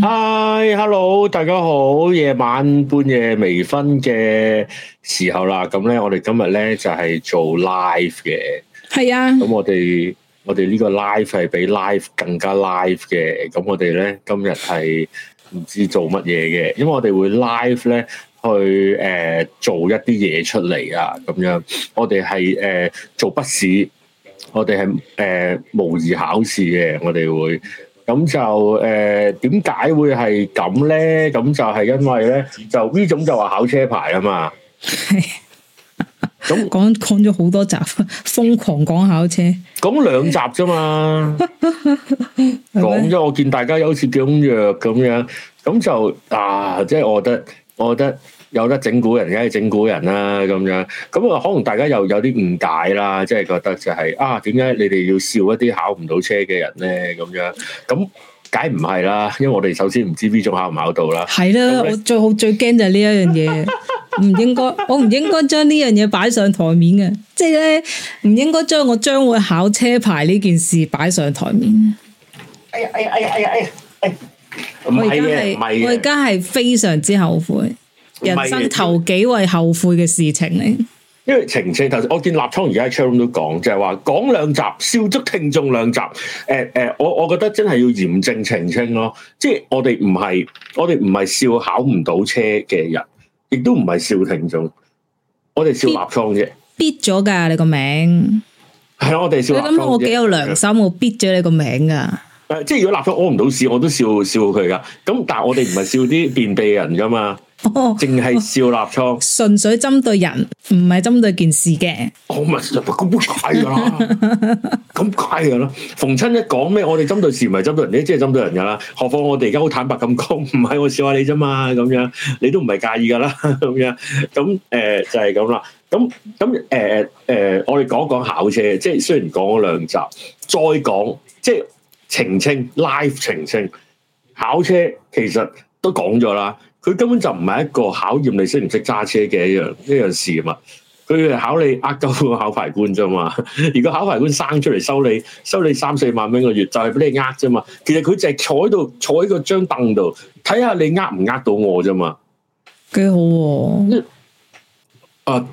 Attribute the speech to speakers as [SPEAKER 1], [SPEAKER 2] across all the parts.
[SPEAKER 1] Hi，hello，大家好，夜晚半夜微醺嘅時候啦，咁咧我哋今日咧就係、做 live 嘅，
[SPEAKER 2] 系啊，
[SPEAKER 1] 咁我哋我哋呢個 live 係比 live 更加 live 嘅，咁我哋咧今日係唔知做乜嘢嘅，因為我哋會 live 咧去誒、呃做一啲嘢出嚟啊，咁樣我哋係誒做筆試，我哋係誒模擬考試嘅，我哋會。咁就誒點解會係咁咧？咁就係因為咧，就 V 總就話考車牌啊嘛。咁
[SPEAKER 2] 讲讲咗好多集，疯狂讲考车，
[SPEAKER 1] 咁兩集啫嘛，
[SPEAKER 2] 係
[SPEAKER 1] 講
[SPEAKER 2] 咩
[SPEAKER 1] 咗我見大家有好似幾咁弱咁樣，咁就啊，即係我覺得，我覺得有得整蠱人，梗係整蠱人啦咁樣。咁啊，可能大家又有啲誤解啦，即係覺得就係、啊，點解你哋要笑一啲考唔到車嘅人咧？咁樣咁梗唔係啦，因為我哋首先唔知 V 總考唔考到啦。
[SPEAKER 2] 系啦，
[SPEAKER 1] 咁你
[SPEAKER 2] 我最好最惊就系呢一样嘢，唔应该，我唔应该将呢样嘢摆上台面嘅，即系咧唔应该将我将会考车牌呢件事摆上台面。
[SPEAKER 1] 哎呀哎呀哎呀哎呀哎呀哎呀！唔
[SPEAKER 2] 我而
[SPEAKER 1] 係
[SPEAKER 2] 家
[SPEAKER 1] 嘅，
[SPEAKER 2] 系
[SPEAKER 1] 唔係
[SPEAKER 2] 我而
[SPEAKER 1] 嘅。
[SPEAKER 2] 家系非常之后悔，人
[SPEAKER 1] 唔係嘅
[SPEAKER 2] 生头几位后悔嘅事情嚟。
[SPEAKER 1] 因為澄清頭先，我見立倉而家喺 c h a t room 都講，就係話講兩集，笑足聽眾兩集。誒、誒、我我覺得真係要嚴正澄清咯，即係我哋唔係我哋唔係笑考唔到車嘅人，亦都唔係笑聽眾，我哋笑立倉啫。
[SPEAKER 2] 必咗噶你个名，
[SPEAKER 1] 係啊，我哋
[SPEAKER 2] 你
[SPEAKER 1] 笑立
[SPEAKER 2] 谂下
[SPEAKER 1] 倉
[SPEAKER 2] 我
[SPEAKER 1] 啫
[SPEAKER 2] 几有良心，我必咗你个名噶，
[SPEAKER 1] 誒即係如果立倉屙唔到屎，我都笑笑佢噶。咁但係我哋唔係笑啲便秘人噶嘛，
[SPEAKER 2] 哦，
[SPEAKER 1] 淨係笑立倉。
[SPEAKER 2] 纯粹针对人，唔系針對件事嘅。
[SPEAKER 1] 我咪就咁解噶啦，咁解噶啦。逢親一講咩，我哋針對事唔係針對人，你即係針對人噶啦。何況我哋而家好坦白咁講，唔係我笑下你啫嘛，咁樣你都唔係介意噶啦，咁樣咁誒、呃就係咁啦。咁咁誒誒，我哋講一講考車，即係雖然講咗兩集，再講即係澄清 live 澄清考車，其實都講咗啦。佢根本就唔係一個考驗你識唔識揸車嘅一樣一樣事嘛。佢係考你呃鳩個考牌官啫嘛。 如果考牌官生出嚟收你收你三四萬蚊個月，就係、俾你呃啫嘛。其實佢就係坐喺度坐喺個張凳度，睇下你呃唔呃到我啫嘛。
[SPEAKER 2] 幾好喎、
[SPEAKER 1] 啊！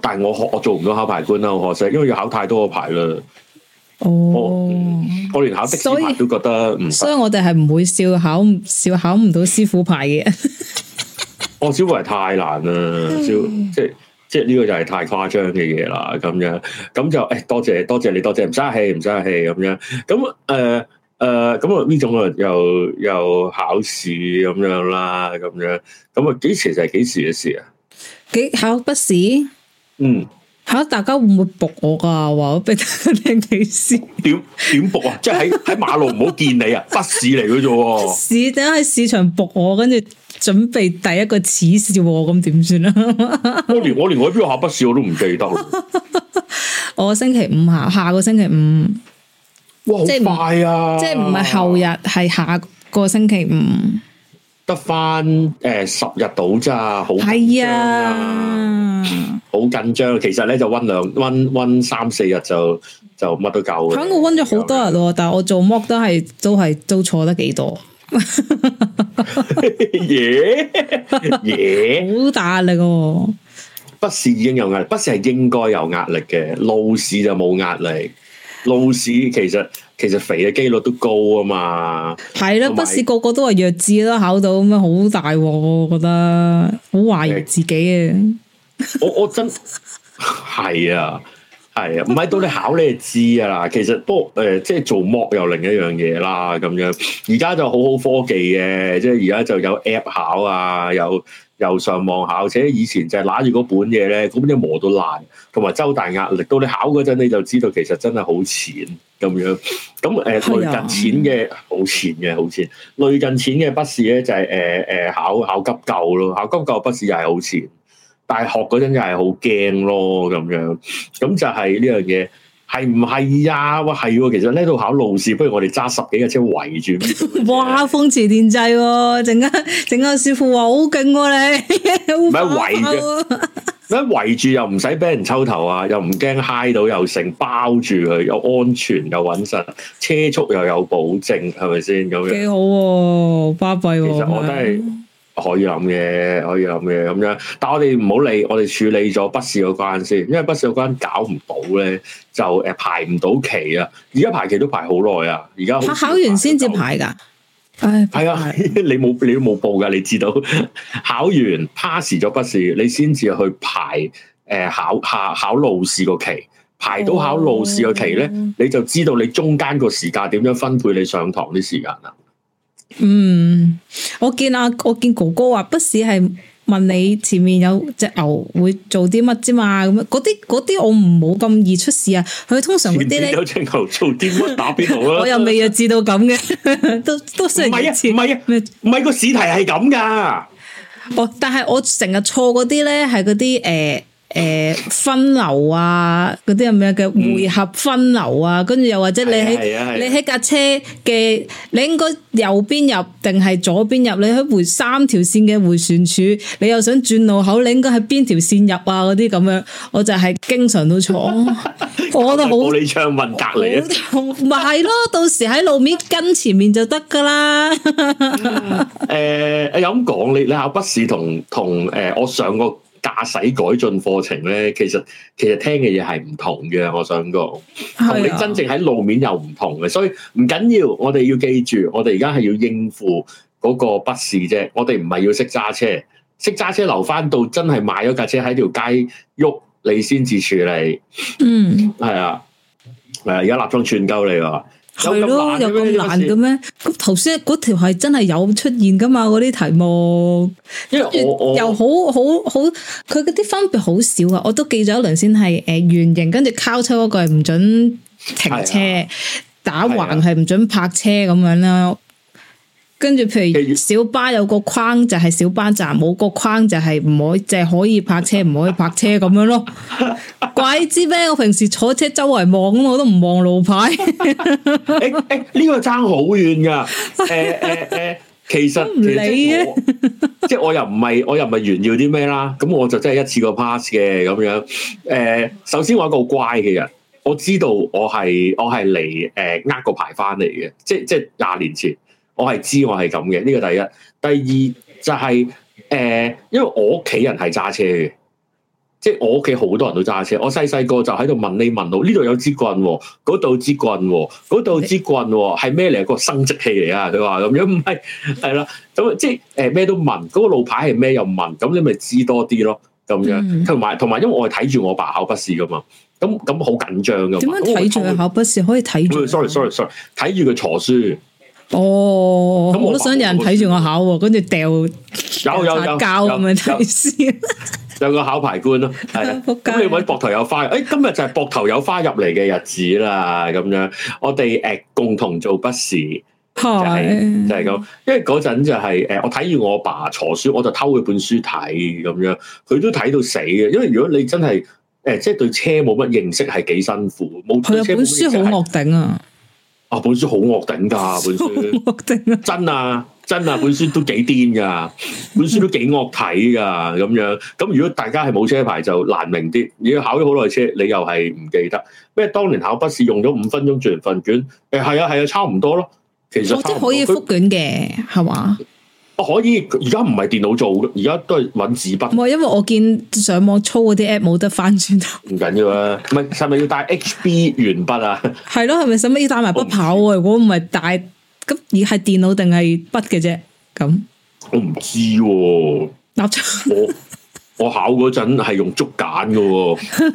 [SPEAKER 1] 但係我學我做唔到考牌官啦，好可惜，因為要考太多個牌啦。
[SPEAKER 2] 哦，
[SPEAKER 1] 我連考的士
[SPEAKER 2] 所以
[SPEAKER 1] 牌都覺得唔
[SPEAKER 2] 所
[SPEAKER 1] 得。
[SPEAKER 2] 以我哋係唔會笑考唔笑考唔到師傅牌嘅。
[SPEAKER 1] 我小維太難啦，小即係。即係呢個就係太誇張嘅嘢啦，咁樣咁就誒、哎多謝多謝你，多謝唔嘥氣唔嘥氣咁樣咁誒誒咁啊呢種啊又又考試咁樣啦，咁樣咁啊幾時就係幾時嘅事啊？
[SPEAKER 2] 幾考筆試
[SPEAKER 1] 嗯，
[SPEAKER 2] 考大家會唔會仆我㗎？話我俾大家聽幾時？
[SPEAKER 1] 點點仆啊？ 即係喺喺馬路唔好見你 啊，筆試嚟嘅啫喎。
[SPEAKER 2] 市等喺市場仆我，跟住準備第一個恥笑我，咁點算啊？
[SPEAKER 1] 我連我連我喺邊度考筆試我都唔記得啦。
[SPEAKER 2] 我星期五考，下個星期五，
[SPEAKER 1] 哇，
[SPEAKER 2] 即係唔
[SPEAKER 1] 好快啊！
[SPEAKER 2] 即係唔係後日，係下個星期五。
[SPEAKER 1] 得翻誒十日到咋，好緊
[SPEAKER 2] 係
[SPEAKER 1] 張啊！
[SPEAKER 2] 啊。
[SPEAKER 1] 好緊張。其實咧就温兩温温三四日就就乜都夠嘅。
[SPEAKER 2] 反正我温咗好多 日喎，但系我做 mock 都系都系都錯得幾多，
[SPEAKER 1] 嘢嘢，
[SPEAKER 2] 好大壓力喎。
[SPEAKER 1] 筆試已經有壓力，筆試係應該有壓力嘅，路試就冇壓力。路試其實其實肥嘅機率都高啊嘛，
[SPEAKER 2] 係啦，
[SPEAKER 1] 同埋
[SPEAKER 2] 筆試個個都話弱智啦，考到咁樣好大鑊喎，我覺得好懷疑自己啊。
[SPEAKER 1] 我我真係啊係啊，唔係到你考你就知啊啦。其實不過誒、呃即係做 mock 又另一樣嘢啦咁樣。而家就好好科技嘅，即係而家就有 app 考啊，有有上網考。且以前就係揦住嗰本嘢咧，嗰本嘢磨到爛，同埋周大壓力。到你考嗰陣，你就知道其實真係好淺咁樣。咁誒、呃
[SPEAKER 2] 係
[SPEAKER 1] 累
[SPEAKER 2] 啊
[SPEAKER 1] 近錢嘅好淺嘅好淺，累近錢嘅筆試咧就係誒誒考考急救咯，考急救筆試又係好淺。大學嗰陣又係好驚咯，咁樣咁就係呢樣嘢係唔係呀？哇，係喎！其實呢度考路試，不如我哋揸十幾架車圍住 邊度
[SPEAKER 2] 哇，風馳電掣喎，陣間陣間師傅話好勁喎你，
[SPEAKER 1] 係
[SPEAKER 2] 好快
[SPEAKER 1] 圍
[SPEAKER 2] 跑啊
[SPEAKER 1] 你圍住又唔使俾人抽頭啊，又唔驚嗨到又成包住佢，又安全又穩陣，車速又有保證，係咪先咁樣？
[SPEAKER 2] 幾好喎，巴閉喎。
[SPEAKER 1] 其實我都係可以諗嘅，可以諗嘅咁樣。但我哋唔好理，我哋處理咗筆試嗰關先，因為筆試嗰關搞唔到咧，就誒、呃排唔到期啊！而家排期都排好耐啊！而家好
[SPEAKER 2] 考
[SPEAKER 1] 少
[SPEAKER 2] 考完先至
[SPEAKER 1] 到。
[SPEAKER 2] 排㗎。唉，
[SPEAKER 1] 係啊， 你冇你都冇報㗎，你知道 考完 pass 咗筆試，你先至去排誒、呃考下考路試個期，排到考路試個期咧，
[SPEAKER 2] 哦
[SPEAKER 1] 你就知道你中間個時間點樣分配你上堂啲時間啦。
[SPEAKER 2] 嗯，我見啊，我見哥哥話筆試係問你前面有隻牛會做啲乜啫嘛，咁樣嗰啲嗰啲我唔冇咁易出事啊。佢通常嗰
[SPEAKER 1] 前
[SPEAKER 2] 啲
[SPEAKER 1] 面
[SPEAKER 2] 咧，
[SPEAKER 1] 有隻牛做啲乜打邊爐啊啦？
[SPEAKER 2] 我又未弱智到咁嘅， 都都雖
[SPEAKER 1] 唔
[SPEAKER 2] 然
[SPEAKER 1] 係啊，
[SPEAKER 2] 弱智
[SPEAKER 1] 唔係啊，
[SPEAKER 2] 咩
[SPEAKER 1] 唔係個試題係咁噶。
[SPEAKER 2] 哦，但係我成日錯嗰啲咧，係嗰啲誒誒分流啊，嗰啲咁樣嘅回合分流啊，跟住又或者你喺
[SPEAKER 1] 係啊係啊係啊啊
[SPEAKER 2] 你喺架車嘅，你應該右邊入定係左邊入？你喺回三條線嘅回旋處，你又想轉路口，你應該喺邊條線入啊？嗰啲咁樣，我就係經常都 錯，我覺得好
[SPEAKER 1] 冇。你唱雲隔離啊，
[SPEAKER 2] 好痛咪係咯，到時喺路面跟前面就得噶啦。
[SPEAKER 1] 誒有咁呃講，你你考筆試同同呃誒我上個駕駛改進課程咧，其實其實聽嘅嘢係唔同嘅，我想講，同你
[SPEAKER 2] 係啊
[SPEAKER 1] 真正喺路面又唔同嘅，所以唔緊要，我哋要記住，我哋而家係要應付嗰個筆試啫，我哋唔係要識揸車，識揸車留翻到真係買咗架車喺條街喐，你先至處理。
[SPEAKER 2] 嗯。
[SPEAKER 1] 係啊，係啊，而家立裝串鳩你啊！
[SPEAKER 2] 係咯，有
[SPEAKER 1] 有
[SPEAKER 2] 咁
[SPEAKER 1] 咁
[SPEAKER 2] 難
[SPEAKER 1] 難
[SPEAKER 2] 嘅
[SPEAKER 1] 嘅
[SPEAKER 2] 咩？咁頭先嗰條係真係有出現噶嘛？嗰啲題目，
[SPEAKER 1] 因為我我
[SPEAKER 2] 又好好好，佢嗰啲分別好少啊！我都記咗一輪先係诶圓形，跟住交叉嗰個係唔准停車，
[SPEAKER 1] 係
[SPEAKER 2] 打橫係唔准泊車咁樣啦。跟住譬如
[SPEAKER 1] 其
[SPEAKER 2] 小巴有個框就係小巴站，冇個框就係唔可以，就係可以泊車，唔可以泊車咁樣咯。鬼知咩？我平時坐車周圍望咁，我都唔望路牌。
[SPEAKER 1] 誒誒呢個爭好遠㗎，誒誒誒。其實
[SPEAKER 2] 唔
[SPEAKER 1] 其實
[SPEAKER 2] 理
[SPEAKER 1] 即
[SPEAKER 2] 啊
[SPEAKER 1] 係我即係我又唔係我又唔係炫耀啲咩啦，咁我就真係一次過 pass 嘅咁樣。誒、首先我係一個好乖嘅人，我知道我係我係嚟誒呃個牌翻嚟嘅，即係即係廿年前我係知我係咁嘅，呢、個第一。第二就係、誒、呃因為我屋企人係揸車嘅，即係我屋企好多人都揸車。我細細個就喺度問呢問路，呢度有支棍喎、嗰度支棍喎、嗰度支棍喎、係咩嚟？個生殖器嚟啊！佢話咁樣唔係
[SPEAKER 2] 嗯
[SPEAKER 1] 係啦，咁啊即係呃誒咩都問，嗰、個路牌係咩又問，咁你咪知多啲咯。咁
[SPEAKER 2] 嗯
[SPEAKER 1] 樣，同埋同埋，因為我係睇住我爸考筆試噶嘛，咁咁好緊張噶嘛。
[SPEAKER 2] 點樣睇住
[SPEAKER 1] 咁我
[SPEAKER 2] 佢考嗯筆試？可以睇住。
[SPEAKER 1] sorry，sorry，sorry，睇住佢坐書，
[SPEAKER 2] 哦，
[SPEAKER 1] 咁我
[SPEAKER 2] 我都想有人睇住我考喎，跟住掉
[SPEAKER 1] 有有
[SPEAKER 2] 擦
[SPEAKER 1] 有
[SPEAKER 2] 膠咁樣
[SPEAKER 1] 有
[SPEAKER 2] 睇先。
[SPEAKER 1] 有有個考牌 官咯，係啊
[SPEAKER 2] 仆街
[SPEAKER 1] 咁你揾膊頭有花，誒今日就係膊頭有花入嚟嘅日子啦，咁樣我哋誒共同做筆試 就係就係
[SPEAKER 2] 嗯
[SPEAKER 1] 咁，因為嗰陣就係誒我睇住我爸坐書，我就偷佢本書睇咁樣，佢都睇到死嘅，因為如果你真係誒即係對車冇乜認識係幾辛苦，冇
[SPEAKER 2] 佢
[SPEAKER 1] 對
[SPEAKER 2] 有啊本
[SPEAKER 1] 車冇乜認識
[SPEAKER 2] 書
[SPEAKER 1] 係
[SPEAKER 2] 好惡頂啊，
[SPEAKER 1] 啊本書好惡頂㗎本
[SPEAKER 2] 好
[SPEAKER 1] 書。
[SPEAKER 2] 惡頂啊！
[SPEAKER 1] 真啊，真啊，本書都幾癲噶，本書都幾惡睇噶咁樣。咁如果大家係冇車牌就難明啲，你要考咗好耐車，你又係唔記得咩？當年考筆試用咗五分鐘做完份卷，誒係啊係啊，差唔多咯。其實
[SPEAKER 2] 我哦即
[SPEAKER 1] 差唔
[SPEAKER 2] 係
[SPEAKER 1] 多
[SPEAKER 2] 可以
[SPEAKER 1] 佢
[SPEAKER 2] 覆卷嘅，係嘛？
[SPEAKER 1] 可以，而家唔係電腦做嘅，而家都係揾紙筆
[SPEAKER 2] 唔，係因為我見上網操嗰啲 app 冇得翻轉頭，
[SPEAKER 1] 唔緊要啊。
[SPEAKER 2] 嗯
[SPEAKER 1] 唔係係咪要帶 HB 鉛筆啊？
[SPEAKER 2] 係咯？係咪使乜要帶埋筆跑啊？如果唔係帶咁，而係電腦定係筆嘅啫？咁
[SPEAKER 1] 我唔知喎、
[SPEAKER 2] 立咗
[SPEAKER 1] 我我考嗰陣係用竹簡嘅喎、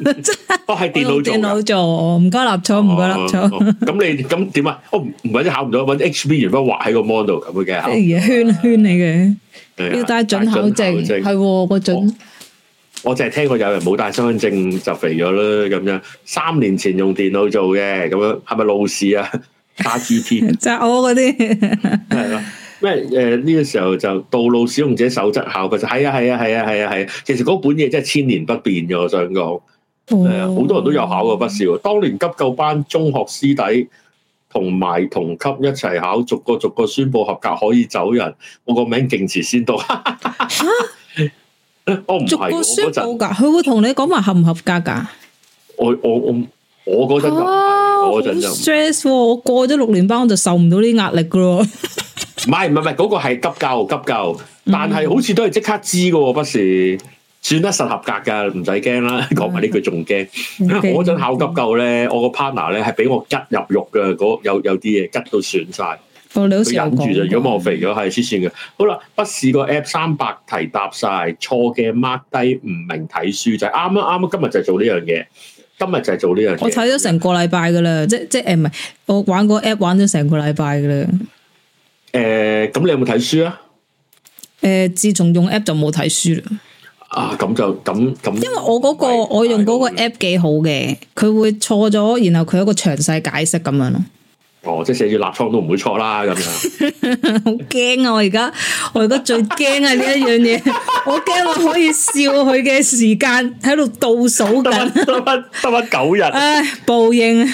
[SPEAKER 1] 我係電腦做
[SPEAKER 2] 電
[SPEAKER 1] 㗎。
[SPEAKER 2] 腦做，唔該立咗，唔該立
[SPEAKER 1] 哦
[SPEAKER 2] 咗，
[SPEAKER 1] 哦咁你咁點啊？我唔唔揾考唔到，揾 HB 鉛筆畫喺個 model 咁嘅考。
[SPEAKER 2] 哎呀圈圈嚟嘅。要帶準考證，係
[SPEAKER 1] 啊帶準哦考
[SPEAKER 2] 喎個準
[SPEAKER 1] 我淨係聽過有人冇帶身份證就肥咗啦，咁樣三年前用電腦做嘅，咁樣係咪路試啊？ 打 GT
[SPEAKER 2] 就係我嗰
[SPEAKER 1] 哦
[SPEAKER 2] 啲
[SPEAKER 1] 係咯。咩誒呢個時候就道路使用者守則考嘅就係啊係啊係啊係啊係啊，其實嗰本嘢真係千年不變嘅，我想講。
[SPEAKER 2] 哦
[SPEAKER 1] 係啊，好多人都有考過筆試喎。當年急救班中學師弟同埋同級一齊考，逐個 逐個宣佈合格可以走人。我個名勁遲先到，我哦唔
[SPEAKER 2] 逐
[SPEAKER 1] 係，
[SPEAKER 2] 個
[SPEAKER 1] 我
[SPEAKER 2] 宣
[SPEAKER 1] 嗰陣
[SPEAKER 2] 佈㗎，佢會同你講埋合唔合格㗎。
[SPEAKER 1] 我我我我嗰陣就唔
[SPEAKER 2] 啊
[SPEAKER 1] 係，
[SPEAKER 2] 好
[SPEAKER 1] 我嗰陣就唔
[SPEAKER 2] stress 喎！我過咗六年班我就受唔到呢啲壓力噶咯。
[SPEAKER 1] 唔係唔係唔係，嗰、個係急救急救，
[SPEAKER 2] 嗯
[SPEAKER 1] 但係好似都係即刻知嘅喎，不是算得實合格㗎，唔使驚
[SPEAKER 2] 啊
[SPEAKER 1] 啦。講埋呢句仲驚，我 嗰陣考急救咧，我個 partner 咧係俾我吉入肉嘅，嗰有有啲嘢吉到損晒。
[SPEAKER 2] 哦，你好似
[SPEAKER 1] 佢
[SPEAKER 2] 有
[SPEAKER 1] 忍住
[SPEAKER 2] 講
[SPEAKER 1] 就，如果唔係我肥咗係黐線嘅。好啦，筆試個 app 三百題答晒，錯嘅 mark 低，唔明睇書仔。啱啊啱啊，今日就係做呢樣嘢，今日就係做呢樣嘢。
[SPEAKER 2] 我睇咗成個禮拜噶啦，即即誒唔係，我玩個 app 玩咗成個禮拜噶啦。
[SPEAKER 1] 誒，咁、你有冇睇書啊？
[SPEAKER 2] 誒，自從用 app 就冇睇書啦，
[SPEAKER 1] 啊，咁就咁咁。
[SPEAKER 2] 因為我嗰、個
[SPEAKER 1] 係
[SPEAKER 2] 我用嗰個 app 幾好嘅，佢會錯咗，然後佢有一個詳細解釋咁樣咯。
[SPEAKER 1] 哦，即係寫住立倉都唔會錯啦，咁樣。
[SPEAKER 2] 好驚啊！我而家我而家最驚啊呢一樣 嘢，我驚我可以笑佢嘅時間喺度倒數
[SPEAKER 1] 得
[SPEAKER 2] 緊
[SPEAKER 1] 翻。得翻得翻九日，
[SPEAKER 2] 唉，報應啊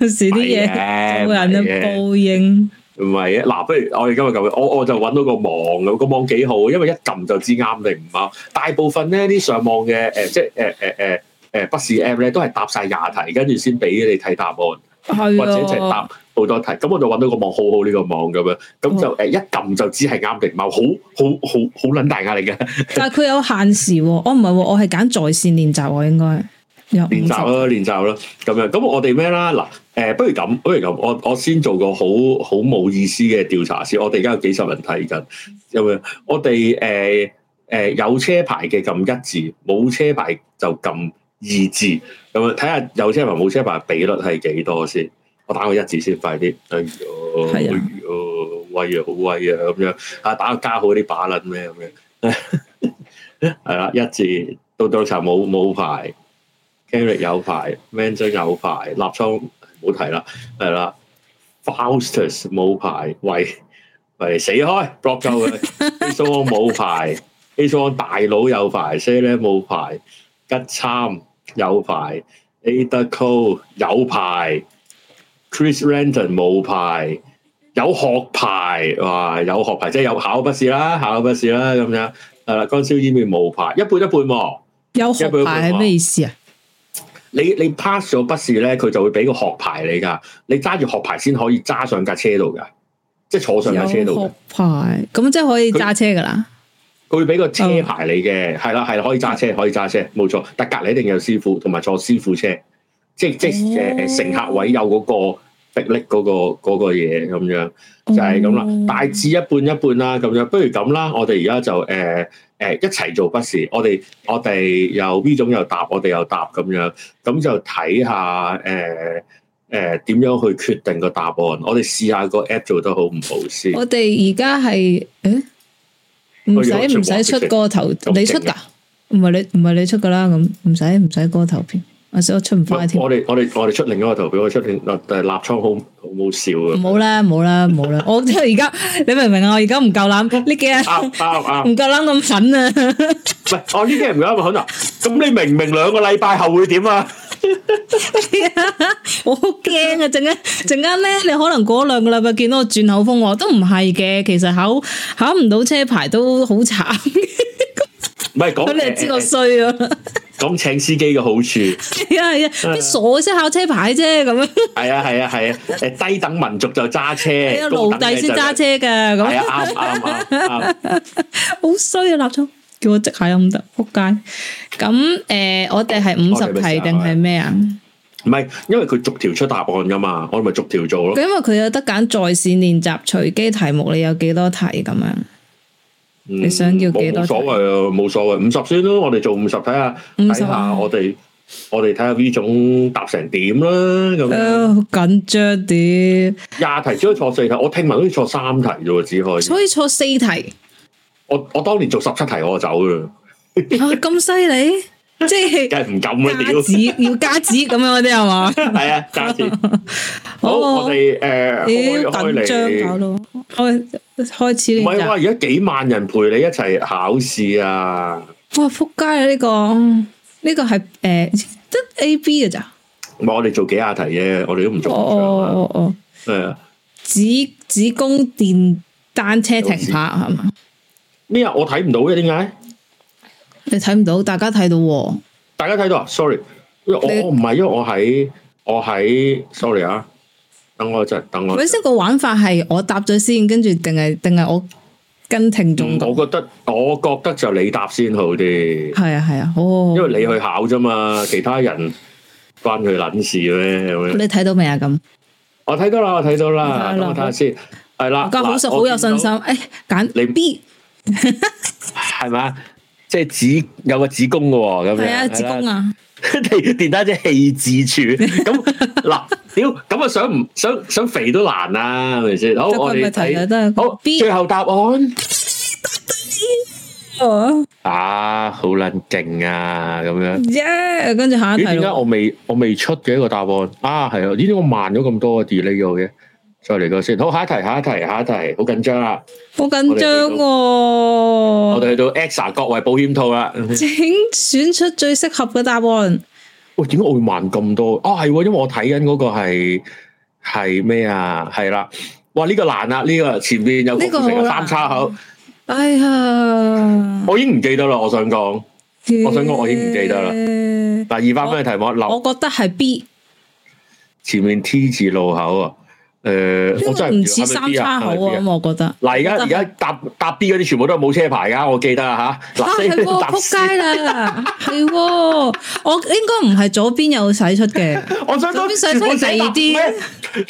[SPEAKER 2] 有時啲嘢
[SPEAKER 1] 唔係嘅
[SPEAKER 2] 冇人嘅
[SPEAKER 1] 唔係嘅啊
[SPEAKER 2] 報應，
[SPEAKER 1] 唔係嘅。嗱，不如我哋今日咁樣，我我就揾到個網咁，個網幾好，因為一撳就知啱定唔啱。大部分咧啲上網嘅誒、即係誒誒誒誒筆試 app 咧，都係答晒廿題，跟住先俾你睇答案，或者就係
[SPEAKER 2] 係
[SPEAKER 1] 答
[SPEAKER 2] 啊，
[SPEAKER 1] 好多題。咁我就揾到個網好好呢個網咁樣，咁就誒、一撳就知係啱定唔啱，好好好好撚大壓力嘅
[SPEAKER 2] 但係佢有限時喎，我唔係喎，我係揀在線練習喎，應該有五
[SPEAKER 1] 練習啊
[SPEAKER 2] 十，
[SPEAKER 1] 啦，練習啦，咁樣咁我哋咩啦嗱？誒、不如咁，不如咁，我我先做個好好冇意思嘅調查先。我哋而家有幾十人睇緊，有冇？我哋誒誒呃有車牌嘅撳一字，冇車牌就撳二字，咁樣睇下有車牌冇車牌比率係幾多先？我打個一字先，快啲！哎呦，哎
[SPEAKER 2] 係啊
[SPEAKER 1] 呦，威啊，好威啊，咁樣啊，打個加號啲把撚咩咁樣？ 係啦，一字到到查冇冇牌。Carrot 有排 m a n j o n 有排，立倉唔好提啦，係啦，Faustus 冇排，喂喂死開 block 鳩 佢 a s o n 冇排 a s o n 大佬有排 s a l e 冇排，吉參有排，Ada Cole 有排，Chris Ranton 冇排。有學牌，哇！有學牌即係有考筆試啦，考筆試啦咁樣，係啦，乾燒煙面冇牌，一半一半喎、
[SPEAKER 2] 有學牌係咩意思啊？
[SPEAKER 1] 你你 pass 咗筆試咧，佢就會俾個學牌你噶，你揸住學牌先可以揸上架車度噶，即係坐上架
[SPEAKER 2] 有
[SPEAKER 1] 車度㗎
[SPEAKER 2] 學。牌，咁即係可以揸車噶啦。
[SPEAKER 1] 佢會俾個車牌你嘅，係啦係啦，可以揸車，可以揸車，冇錯。但隔離一定有師傅，同埋坐師傅車，即即誒誒乘客位有嗰個迫力嗰個嗰個嘢咁樣，就係咁啦
[SPEAKER 2] 哦。
[SPEAKER 1] 大致一半一半啦，咁樣不如咁啦，我哋而家就誒誒、一齊做筆試，我哋我哋又 V 總又答，我哋又答咁樣，咁就睇下誒。誒點樣去決定個答案？我哋試下個 app 做得好唔好先。
[SPEAKER 2] 我哋而家係誒，唔
[SPEAKER 1] 我要
[SPEAKER 2] 使
[SPEAKER 1] 出
[SPEAKER 2] 唔使出個投，
[SPEAKER 1] 咁
[SPEAKER 2] 你出
[SPEAKER 1] 勁
[SPEAKER 2] 噶？唔係你唔係你出噶啦，咁唔使唔使嗰個投票，我我出唔翻添。
[SPEAKER 1] 我哋我哋我哋出另一個投票，我
[SPEAKER 2] 嗯
[SPEAKER 1] 哋出另嗱誒立倉好好冇笑啊！
[SPEAKER 2] 冇啦冇啦冇 啦，我即係而家你明唔明啊？我而家唔夠膽呢幾日
[SPEAKER 1] 啱啱啱，
[SPEAKER 2] 唔夠膽咁狠啊！
[SPEAKER 1] 唔係哦我呢啲人唔啱可能。咁你明唔明兩個禮拜後會點啊？
[SPEAKER 2] 我好驚啊！陣間陣間咧，你可能過兩個禮拜見到我轉口風喎，都唔係嘅。其實考考唔到車牌都好慘，
[SPEAKER 1] 唔係講
[SPEAKER 2] 咁你就知
[SPEAKER 1] 誒
[SPEAKER 2] 我
[SPEAKER 1] 誒
[SPEAKER 2] 衰啊！
[SPEAKER 1] 講請司機嘅好處，
[SPEAKER 2] 係啊係啊，
[SPEAKER 1] 嗯
[SPEAKER 2] 啲傻先考車牌啫咁樣，
[SPEAKER 1] 係啊係啊係啊，誒低等民族就揸
[SPEAKER 2] 係啊
[SPEAKER 1] 車，
[SPEAKER 2] 奴隸先揸車㗎
[SPEAKER 1] 係
[SPEAKER 2] 咁，
[SPEAKER 1] 啊啱啱啱 啱。
[SPEAKER 2] 好衰啊！立聰叫我即下音得，仆街！咁誒，我哋係五
[SPEAKER 1] 我
[SPEAKER 2] 十
[SPEAKER 1] 哋咪
[SPEAKER 2] 題
[SPEAKER 1] 成日
[SPEAKER 2] 定係咩啊？
[SPEAKER 1] 唔係因為佢逐條出答案㗎嘛，我哋咪逐條做咯。
[SPEAKER 2] 因為啊佢有得揀在線練習隨機題目，你有幾多題咁樣？
[SPEAKER 1] 你
[SPEAKER 2] 想要幾多
[SPEAKER 1] 嗯冇所謂啊，冇所謂，五十先咯。我哋做五十睇下，
[SPEAKER 2] 50
[SPEAKER 1] 睇下我哋我哋睇下 V 總答成點啦咁樣。
[SPEAKER 2] 誒，好緊張啲，
[SPEAKER 1] 廿題只可以錯四題，我聽聞好似錯三題啫喎，只可以。
[SPEAKER 2] 所以錯四 題。
[SPEAKER 1] 我我當年做十七題我就走啦，
[SPEAKER 2] 啊咁犀利，即系
[SPEAKER 1] 梗係唔敢啦
[SPEAKER 2] 加
[SPEAKER 1] 屌！
[SPEAKER 2] 紙要加紙咁樣嗰啲係嘛？
[SPEAKER 1] 係啊，加 錢。 好，
[SPEAKER 2] 好
[SPEAKER 1] 我哋誒開
[SPEAKER 2] 屌
[SPEAKER 1] 開
[SPEAKER 2] 緊張啊搞到
[SPEAKER 1] 嚟。
[SPEAKER 2] 開開始
[SPEAKER 1] 唔
[SPEAKER 2] 練
[SPEAKER 1] 係哇！
[SPEAKER 2] 習，
[SPEAKER 1] 而家幾萬人陪你一齊考試啊！
[SPEAKER 2] 哇撲街啊！呢個呢個係誒得 A B 嘅咋？
[SPEAKER 1] 唔係我哋做幾廿題啫，我哋都唔
[SPEAKER 2] 哦
[SPEAKER 1] 做咁長啦。
[SPEAKER 2] 哦哦哦，
[SPEAKER 1] 係啊，
[SPEAKER 2] 子子宮電單車停泊係嘛？
[SPEAKER 1] 咩啊？我睇唔到嘅點解？
[SPEAKER 2] 你睇唔到，大家睇到喎。
[SPEAKER 1] 大家睇到啊？Sorry，因為
[SPEAKER 2] 你
[SPEAKER 1] 我我唔係，因為我喺我喺，sorry 啊，等我一陣，等我一
[SPEAKER 2] 本
[SPEAKER 1] 陣。
[SPEAKER 2] 先個玩法係我答咗先，跟住定係定係我跟聽眾
[SPEAKER 1] 嗯
[SPEAKER 2] 講？
[SPEAKER 1] 我覺得我覺得就你答先好啲，
[SPEAKER 2] 係啊係啊，好好好
[SPEAKER 1] 因為你去考啫嘛，其他人關佢撚事咩咁樣？
[SPEAKER 2] 你睇到未啊？咁
[SPEAKER 1] 我睇到啦，我睇到啦，
[SPEAKER 2] 我睇到啦
[SPEAKER 1] 等我睇下先，係啦，
[SPEAKER 2] 我家好熟，
[SPEAKER 1] 嗱
[SPEAKER 2] 好有信心。，
[SPEAKER 1] 我
[SPEAKER 2] 誒，揀
[SPEAKER 1] 你
[SPEAKER 2] B
[SPEAKER 1] 見到係咪啊？即係子有個子宮嘅喎，咁樣
[SPEAKER 2] 係啊，子
[SPEAKER 1] 啦
[SPEAKER 2] 宮啊，
[SPEAKER 1] 電電單車棄置處 咁嗱，屌咁啊想唔想想肥都難啦，係咪先？好，
[SPEAKER 2] 即係
[SPEAKER 1] 我
[SPEAKER 2] 佢咪
[SPEAKER 1] 哋
[SPEAKER 2] 提咗
[SPEAKER 1] 睇
[SPEAKER 2] 都係個
[SPEAKER 1] 好
[SPEAKER 2] B
[SPEAKER 1] 最後答案
[SPEAKER 2] 哦
[SPEAKER 1] 啊，好撚勁啊，咁樣。
[SPEAKER 2] 耶！跟住下一題
[SPEAKER 1] 咦？點解
[SPEAKER 2] 啊咯
[SPEAKER 1] 我未我未出嘅一個答案啊？係啊，呢啲我慢咗咁多 delay 咗嘅，再嚟過先。好，下一題，下一題，下一題，好緊張啦！
[SPEAKER 2] 好緊張
[SPEAKER 1] 我
[SPEAKER 2] 喎。
[SPEAKER 1] 哋去到 EXA 各位保險套啦。
[SPEAKER 2] 請選出最適合嘅答案。
[SPEAKER 1] 喂，點解我會慢咁多？啊，係喎，因為我睇緊嗰個係係咩啊？係啦，哇！呢、個難啦，呢、個前面有個
[SPEAKER 2] 呢個
[SPEAKER 1] 成
[SPEAKER 2] 好
[SPEAKER 1] 個
[SPEAKER 2] 難
[SPEAKER 1] 三叉口，
[SPEAKER 2] 哎呀，
[SPEAKER 1] 我已經唔記得啦。我想講我想講我已經唔記得啦
[SPEAKER 2] 啦。
[SPEAKER 1] 嗱，二百分嘅題目，
[SPEAKER 2] 我
[SPEAKER 1] 留
[SPEAKER 2] 覺得係 B，
[SPEAKER 1] 前面 T 字路口啊。誒、我
[SPEAKER 2] 呢
[SPEAKER 1] 真
[SPEAKER 2] 個
[SPEAKER 1] 係
[SPEAKER 2] 唔
[SPEAKER 1] 知
[SPEAKER 2] 似
[SPEAKER 1] 係咪
[SPEAKER 2] 三
[SPEAKER 1] B 啊
[SPEAKER 2] 叉口啊，
[SPEAKER 1] 係咪 B
[SPEAKER 2] 咁我覺得。
[SPEAKER 1] 嗱，而家
[SPEAKER 2] 我
[SPEAKER 1] 而
[SPEAKER 2] 覺得
[SPEAKER 1] 家搭搭 B 嗰啲全部都係冇車牌噶，我記得啊吓。
[SPEAKER 2] 啊，
[SPEAKER 1] 嗱，
[SPEAKER 2] 係喎，
[SPEAKER 1] 搭 C
[SPEAKER 2] 仆街啦，係喎，我應該唔係左邊有洗出嘅，
[SPEAKER 1] 我想
[SPEAKER 2] 左
[SPEAKER 1] 講
[SPEAKER 2] 邊上
[SPEAKER 1] 全部
[SPEAKER 2] 出嚟
[SPEAKER 1] 寫答
[SPEAKER 2] 第二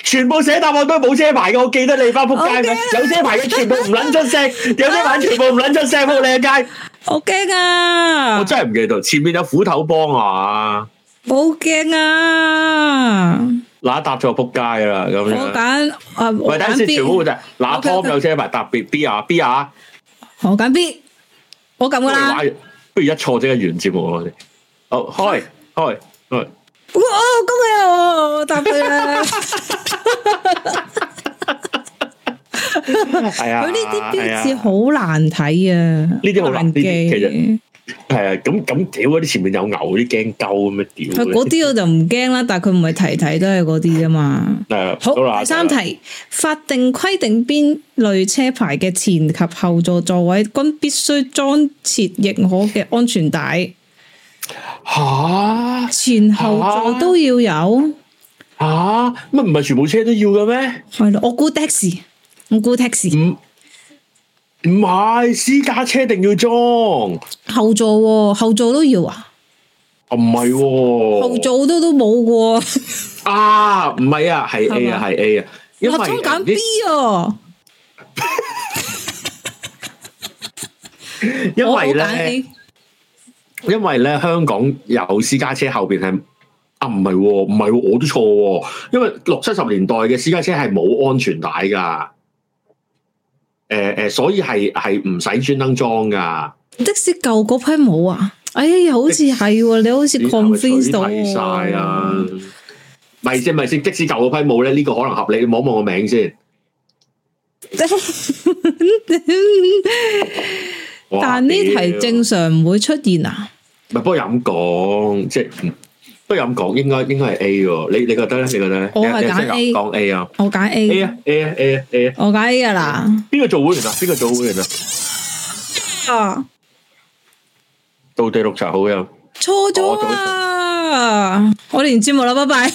[SPEAKER 1] 全部寫答案都係冇車牌嘅，我記得你班仆街
[SPEAKER 2] 我啊
[SPEAKER 1] 咩？有車牌嘅全部唔撚出聲，有車牌全部唔撚出聲，仆你嘅街！
[SPEAKER 2] 我驚啊
[SPEAKER 1] 我，真係唔記得，前面有斧頭幫啊！
[SPEAKER 2] 好驚啊，
[SPEAKER 1] 嗱，答錯仆街啦咁
[SPEAKER 2] 我
[SPEAKER 1] 樣。
[SPEAKER 2] 揀啊，我
[SPEAKER 1] 喂，等陣
[SPEAKER 2] 揀
[SPEAKER 1] 先，
[SPEAKER 2] B，
[SPEAKER 1] 全部就嗱
[SPEAKER 2] OK，
[SPEAKER 1] ，Tom 有車牌，答 B B 啊 B 啊，
[SPEAKER 2] 我揀 B，我撳
[SPEAKER 1] 不
[SPEAKER 2] 噶
[SPEAKER 1] 如
[SPEAKER 2] 啦，
[SPEAKER 1] 玩不如一錯即刻完節目我哋。好，開開開。
[SPEAKER 2] 哇，恭喜我，我答對啦，
[SPEAKER 1] 係啊，
[SPEAKER 2] 佢呢啲
[SPEAKER 1] 係啊
[SPEAKER 2] 標誌好難睇啊，呢
[SPEAKER 1] 啲好難呢啲其實
[SPEAKER 2] 實
[SPEAKER 1] 係啊，咁咁屌嗰啲前面有牛嗰啲驚鳩咁樣屌。
[SPEAKER 2] 佢嗰啲我就唔驚啦，但係佢唔係題題都係嗰啲啫嘛。
[SPEAKER 1] 誒
[SPEAKER 2] 好，
[SPEAKER 1] 啦
[SPEAKER 2] 第三題，法定規定邊類車牌嘅前及後座座位均必須裝設認可嘅安全帶，
[SPEAKER 1] 吓
[SPEAKER 2] 前後座都要有。
[SPEAKER 1] 吓乜唔係全部車都要嘅咩？
[SPEAKER 2] 係咯，我估 taxi，我估 taxi
[SPEAKER 1] 唔唔係私家車一定要裝，唔
[SPEAKER 2] 後座喎、後座都要啊，
[SPEAKER 1] 係喎。
[SPEAKER 2] 後座都都冇嘅喎。
[SPEAKER 1] 啊，唔係啊，係 A
[SPEAKER 2] 係
[SPEAKER 1] 啊，
[SPEAKER 2] 嘛
[SPEAKER 1] 係 A 啊，因為
[SPEAKER 2] 我中揀
[SPEAKER 1] 誒
[SPEAKER 2] B 啊，
[SPEAKER 1] 因
[SPEAKER 2] 我我
[SPEAKER 1] 為
[SPEAKER 2] 揀
[SPEAKER 1] 咧，
[SPEAKER 2] A，
[SPEAKER 1] 因為咧香港有私家車後邊係。啊，唔係喎，唔係喎，我都錯喎、因為六七十年代嘅私家車係冇安全帶㗎，誒、誒，所以係係唔使專登裝㗎。
[SPEAKER 2] 的士舊嗰批冇啊。哎呀，好似係喎，你好似
[SPEAKER 1] 你係咪
[SPEAKER 2] convince 到
[SPEAKER 1] 取締晒 啊
[SPEAKER 2] 我。！
[SPEAKER 1] 咪先咪先，即使舊嗰批冇咧，呢、個可能合理。你望一望個名先。哇
[SPEAKER 2] 但呢題
[SPEAKER 1] 屌
[SPEAKER 2] 正常唔會出現啊！
[SPEAKER 1] 咪不過又咁講，即係嗯不過又咁講，應該應該係 A 喎。你你覺得咧？你覺得咧？
[SPEAKER 2] 我係
[SPEAKER 1] 你你
[SPEAKER 2] 揀 A
[SPEAKER 1] 講 A 啊
[SPEAKER 2] 我揀
[SPEAKER 1] ！A
[SPEAKER 2] A，
[SPEAKER 1] 啊 A 啊 A 啊 A 啊！
[SPEAKER 2] 我揀 A 噶啦。
[SPEAKER 1] 邊個做會員啊？邊個做會員啊？
[SPEAKER 2] 啊，
[SPEAKER 1] 到地綠茶好友。
[SPEAKER 2] 錯咗啊！我連節目啦，拜拜。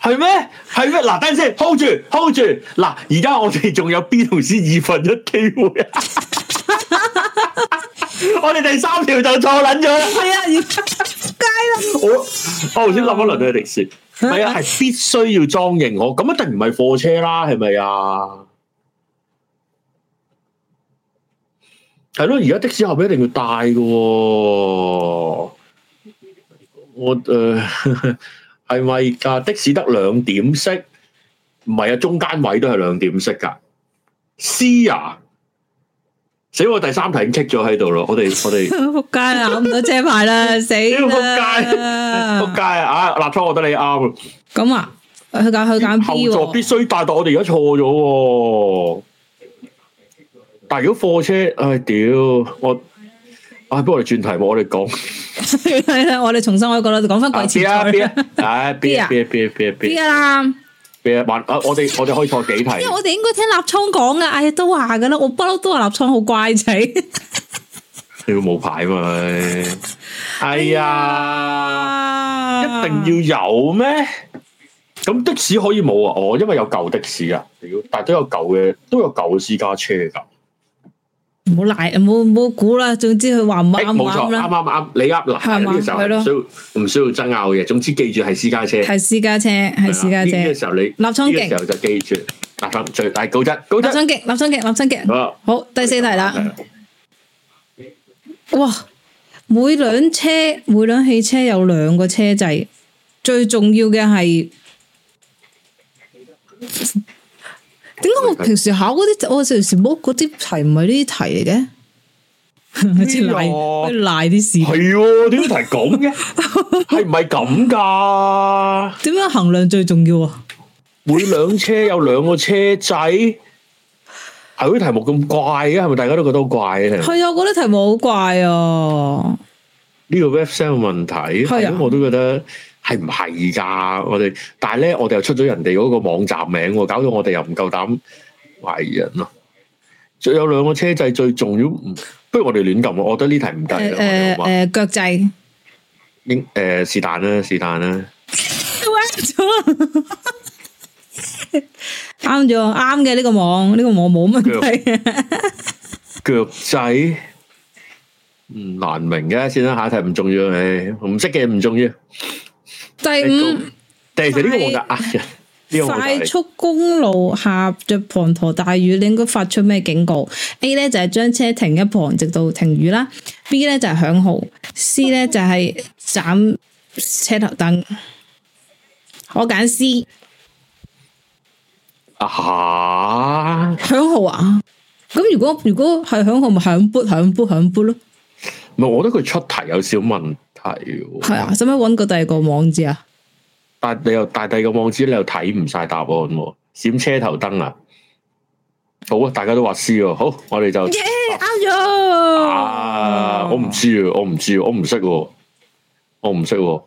[SPEAKER 1] 係咩？係咩？嗱，等陣先，hold 住，hold 住。嗱，而家我哋仲有 B 同 C 二分一機會。啊 我哋第三條就錯撚咗啦。
[SPEAKER 2] 係啊， 而家街啦。
[SPEAKER 1] 我我頭哦先諗一輪都係迪士，唔係啊，係必須要裝型我，咁一定唔係貨車啦，係咪啊？係咯，而家的士後邊一定要帶嘅喎、我誒 係咪㗎？的士得兩點式，唔係啊，中間位都係兩點式㗎。C 啊，死我第三題已經棘咗喺度咯，我哋我 哋。
[SPEAKER 2] 仆街 啦，考唔到車牌啦，死
[SPEAKER 1] 屌仆街仆
[SPEAKER 2] 啦！
[SPEAKER 1] 街啊！啊立初，我覺得你啱
[SPEAKER 2] 咁啊，佢揀佢揀
[SPEAKER 1] 喎。後
[SPEAKER 2] B
[SPEAKER 1] 座必
[SPEAKER 2] 喎。
[SPEAKER 1] 須帶，但我哋而家錯咗喎。但係如果貨車，唉屌我，唉不如我哋轉題目，我哋講
[SPEAKER 2] 係啦，我哋重新開過啦，講翻
[SPEAKER 1] 啊
[SPEAKER 2] 季
[SPEAKER 1] B
[SPEAKER 2] 前
[SPEAKER 1] 啊 B
[SPEAKER 2] 賽
[SPEAKER 1] 啊，唉 B 啊 B 啊 B 啊 B 啊
[SPEAKER 2] B
[SPEAKER 1] B 啊
[SPEAKER 2] 啦，因
[SPEAKER 1] B 啊，還啊我哋我哋可以錯 幾
[SPEAKER 2] 為
[SPEAKER 1] 題。
[SPEAKER 2] 啊我哋應該聽立倉講噶，哎呀都話噶啦，我不嬲都話立倉好乖仔。
[SPEAKER 1] 你冇牌嘛？佢 哎呀，啊一定要有咩？咁的士可以冇啊？哦，因為有舊的士啊，屌！但係都有舊嘅，都有舊私家車㗎。
[SPEAKER 2] 唔好賴，唔好唔好估啦。總之佢話唔
[SPEAKER 1] 誒
[SPEAKER 2] 啱唔
[SPEAKER 1] 冇
[SPEAKER 2] 啱
[SPEAKER 1] 錯，啱
[SPEAKER 2] 啦，
[SPEAKER 1] 啱啱，你啱
[SPEAKER 2] 係
[SPEAKER 1] 嗱，
[SPEAKER 2] 嘛
[SPEAKER 1] 呢個時候
[SPEAKER 2] 係
[SPEAKER 1] 係
[SPEAKER 2] 咯
[SPEAKER 1] 唔需要唔需要爭拗嘅。總之記住係私家車，
[SPEAKER 2] 係私家車，係私家車。
[SPEAKER 1] 呢個時候你
[SPEAKER 2] 立倉
[SPEAKER 1] 呢個時
[SPEAKER 2] 勁，
[SPEAKER 1] 候就記住，嗱，咁最大高質，高
[SPEAKER 2] 立
[SPEAKER 1] 質
[SPEAKER 2] 倉勁，立倉勁，立倉勁。
[SPEAKER 1] 好。
[SPEAKER 2] 好，第四題啦。哇！每輛車每輛汽車有兩個車掣，最重要嘅係點解我平時考嗰啲我平時冇嗰啲題唔係呢啲題嚟 嘅？好似賴好似賴啲事，
[SPEAKER 1] 係喎，點解題咁嘅？係唔係咁噶？
[SPEAKER 2] 點樣衡量最重要啊？
[SPEAKER 1] 每輛車有兩個車掣，係嗰啲題目咁怪嘅，係咪大家都覺得好怪嘅？呢
[SPEAKER 2] 係啊，我覺得題目好怪啊！
[SPEAKER 1] 個 website 有問題，
[SPEAKER 2] 係啊
[SPEAKER 1] 咁我都覺得係唔係㗎？我哋但係咧，我哋又出咗人哋嗰個網站名喎，搞到我哋又唔夠膽懷疑人咯。最有兩個車掣最重要，唔不如我哋亂撳喎我覺得呢題唔
[SPEAKER 2] 誒
[SPEAKER 1] 得
[SPEAKER 2] 誒
[SPEAKER 1] 啦，
[SPEAKER 2] 誒，腳掣
[SPEAKER 1] 應誒是但啦，是但啦。
[SPEAKER 2] 啱咗，啱咗，啱嘅呢個網，呢個網冇問題嘅。
[SPEAKER 1] 腳掣唔難明嘅，先啦，下一題唔重要，唉，唔識嘅唔重要。
[SPEAKER 2] 第
[SPEAKER 1] 你
[SPEAKER 2] 五
[SPEAKER 1] 講，第四呢個網站呃人，呢個網站
[SPEAKER 2] 嗯快
[SPEAKER 1] 嚟
[SPEAKER 2] 速公路下着滂沱大雨，你應該發出咩警告？A 咧就係將車停一旁，直到停雨啦。B 咧就係響號，C 咧就係斬車頭燈。我揀 C
[SPEAKER 1] 啊
[SPEAKER 2] 響號啊！咁如果如果係響號，咪響撥響撥響撥咯。
[SPEAKER 1] 吓，唔係我覺得佢出題有少問題喎。
[SPEAKER 2] 係啊，使唔使搵個第二個網址啊？
[SPEAKER 1] 但你又但第二個網址你又睇唔晒答案喎，閃車頭燈啊！好啊，大家都話 C 喎，好，我哋就
[SPEAKER 2] 耶，啱咗！
[SPEAKER 1] 啊，我唔知啊，我唔知啊，我唔識喎，我唔識喎。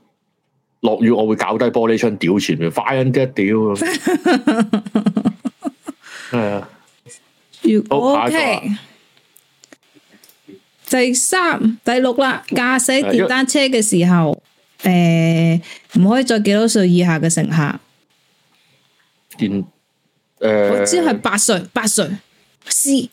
[SPEAKER 1] 落雨我會搞低玻璃窗屌前面，快啲一 屌啊！係啊，
[SPEAKER 2] 如
[SPEAKER 1] 好下一
[SPEAKER 2] OK，第三、第六啦，駕駛
[SPEAKER 1] 係因為
[SPEAKER 2] 電單車嘅時候，诶、唔可以再幾多歲以下嘅乘客？
[SPEAKER 1] 電誒，
[SPEAKER 2] 我知係八歲，八歲 C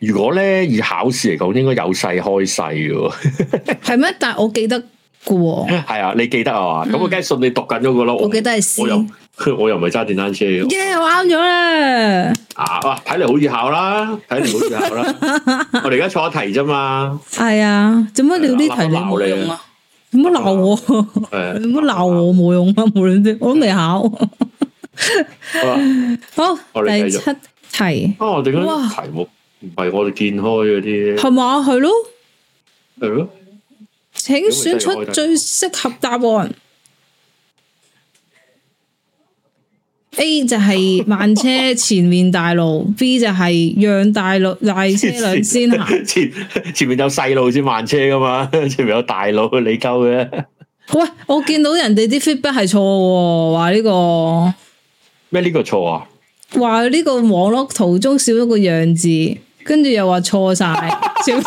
[SPEAKER 1] 如果咧以考試嚟講，應該有細開細嘅喎。
[SPEAKER 2] 係咩？但我記得嘅喎，
[SPEAKER 1] 係啊，你記得啊嘛？咁我梗係信你讀緊嗰個咯。
[SPEAKER 2] 嗯我記得係 C
[SPEAKER 1] 我。又 我又唔係揸電單車嘅。
[SPEAKER 2] 耶，我啱咗啦！
[SPEAKER 1] 啊，哇！睇嚟好易考啦，睇嚟好易考啦。 我哋而家錯一題啫嘛。
[SPEAKER 2] 係啊，做乜你呢題你
[SPEAKER 1] 鬧
[SPEAKER 2] 冇
[SPEAKER 1] 你啊
[SPEAKER 2] 用啊？你唔好鬧我，
[SPEAKER 1] 誒
[SPEAKER 2] 你唔好鬧我冇用啊！無論啲我都未考。
[SPEAKER 1] 好啊
[SPEAKER 2] 好，
[SPEAKER 1] 我哋
[SPEAKER 2] 第
[SPEAKER 1] 繼
[SPEAKER 2] 七
[SPEAKER 1] 續
[SPEAKER 2] 題
[SPEAKER 1] 啊！我哋嗰
[SPEAKER 2] 哇
[SPEAKER 1] 啲題目唔係我哋見開嗰啲，
[SPEAKER 2] 係嘛？係咯。
[SPEAKER 1] 係咯。
[SPEAKER 2] 請選出最適合答案。A 就係慢車前面大路 ，B 就係讓大路大車輛先啊行。
[SPEAKER 1] 前前面有細路先慢車噶嘛， 前面有大路你鳩嘅
[SPEAKER 2] 喂，我見到人哋啲 feedback 係錯喎，話呢、個
[SPEAKER 1] 咩？呢個錯啊！
[SPEAKER 2] 話呢個網絡途中少咗個讓字，跟住又話錯晒。 少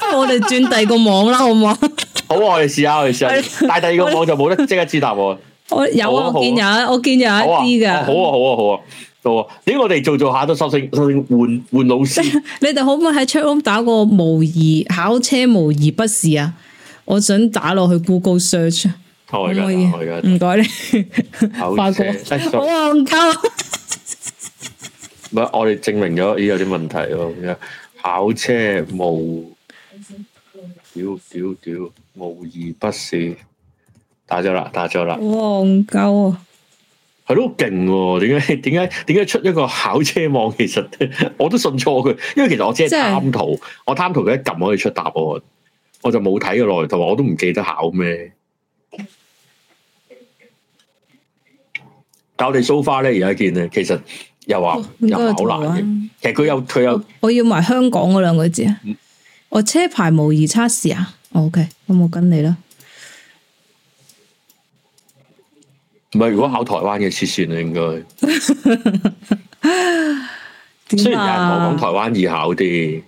[SPEAKER 2] 不如我哋轉第二個網啦，好啊唔好？
[SPEAKER 1] 好，啊我哋試下，我哋試下。但係第二個網就冇得即刻知答 案。
[SPEAKER 2] 我有啊，
[SPEAKER 1] 好啊
[SPEAKER 2] 我見有一，我見有
[SPEAKER 1] 好啊，
[SPEAKER 2] 一啲
[SPEAKER 1] 哦
[SPEAKER 2] 㗎。
[SPEAKER 1] 好啊，好啊，好啊，好啊！點解我哋做做下都收聲收聲換換老師？
[SPEAKER 2] 你哋可唔可以喺 chat room 打個模擬考車模擬筆試啊？我想打落去 Google search，可
[SPEAKER 1] 我而
[SPEAKER 2] 唔
[SPEAKER 1] 家
[SPEAKER 2] 可以嗯
[SPEAKER 1] 我而？家
[SPEAKER 2] 唔該你，
[SPEAKER 1] 考
[SPEAKER 2] 快
[SPEAKER 1] 車
[SPEAKER 2] 過，
[SPEAKER 1] 哎，sorry
[SPEAKER 2] 我戇鳩，啊
[SPEAKER 1] 唔係我哋證明咗，咦有啲問題喎咁樣。考車冇，屌屌屌，無疑不是。打咗啦，打咗啦。
[SPEAKER 2] 我戇鳩啊！
[SPEAKER 1] 係咯，勁喎！點解 點解點解出一個考車網？ 其實我都信錯佢，因為其實我只係
[SPEAKER 2] 即係
[SPEAKER 1] 貪圖，我貪圖佢一撳可以出答案，我就冇睇個內容，同埋我都唔記得考咩。但我哋 so far 咧，而家見咧，其實又話
[SPEAKER 2] 哦應
[SPEAKER 1] 又
[SPEAKER 2] 該
[SPEAKER 1] 話
[SPEAKER 2] 有圖
[SPEAKER 1] 好難嘅。
[SPEAKER 2] 啊！
[SPEAKER 1] 其實佢有佢有
[SPEAKER 2] 我要埋香港嗰兩個字啊！
[SPEAKER 1] 嗯
[SPEAKER 2] 我車牌模擬測試啊哦！OK，咁我跟你啦。
[SPEAKER 1] 唔係如果考台灣嘅切線啊，應該雖
[SPEAKER 2] 點
[SPEAKER 1] 然有人同我講台
[SPEAKER 2] 啊？
[SPEAKER 1] 灣易考啲，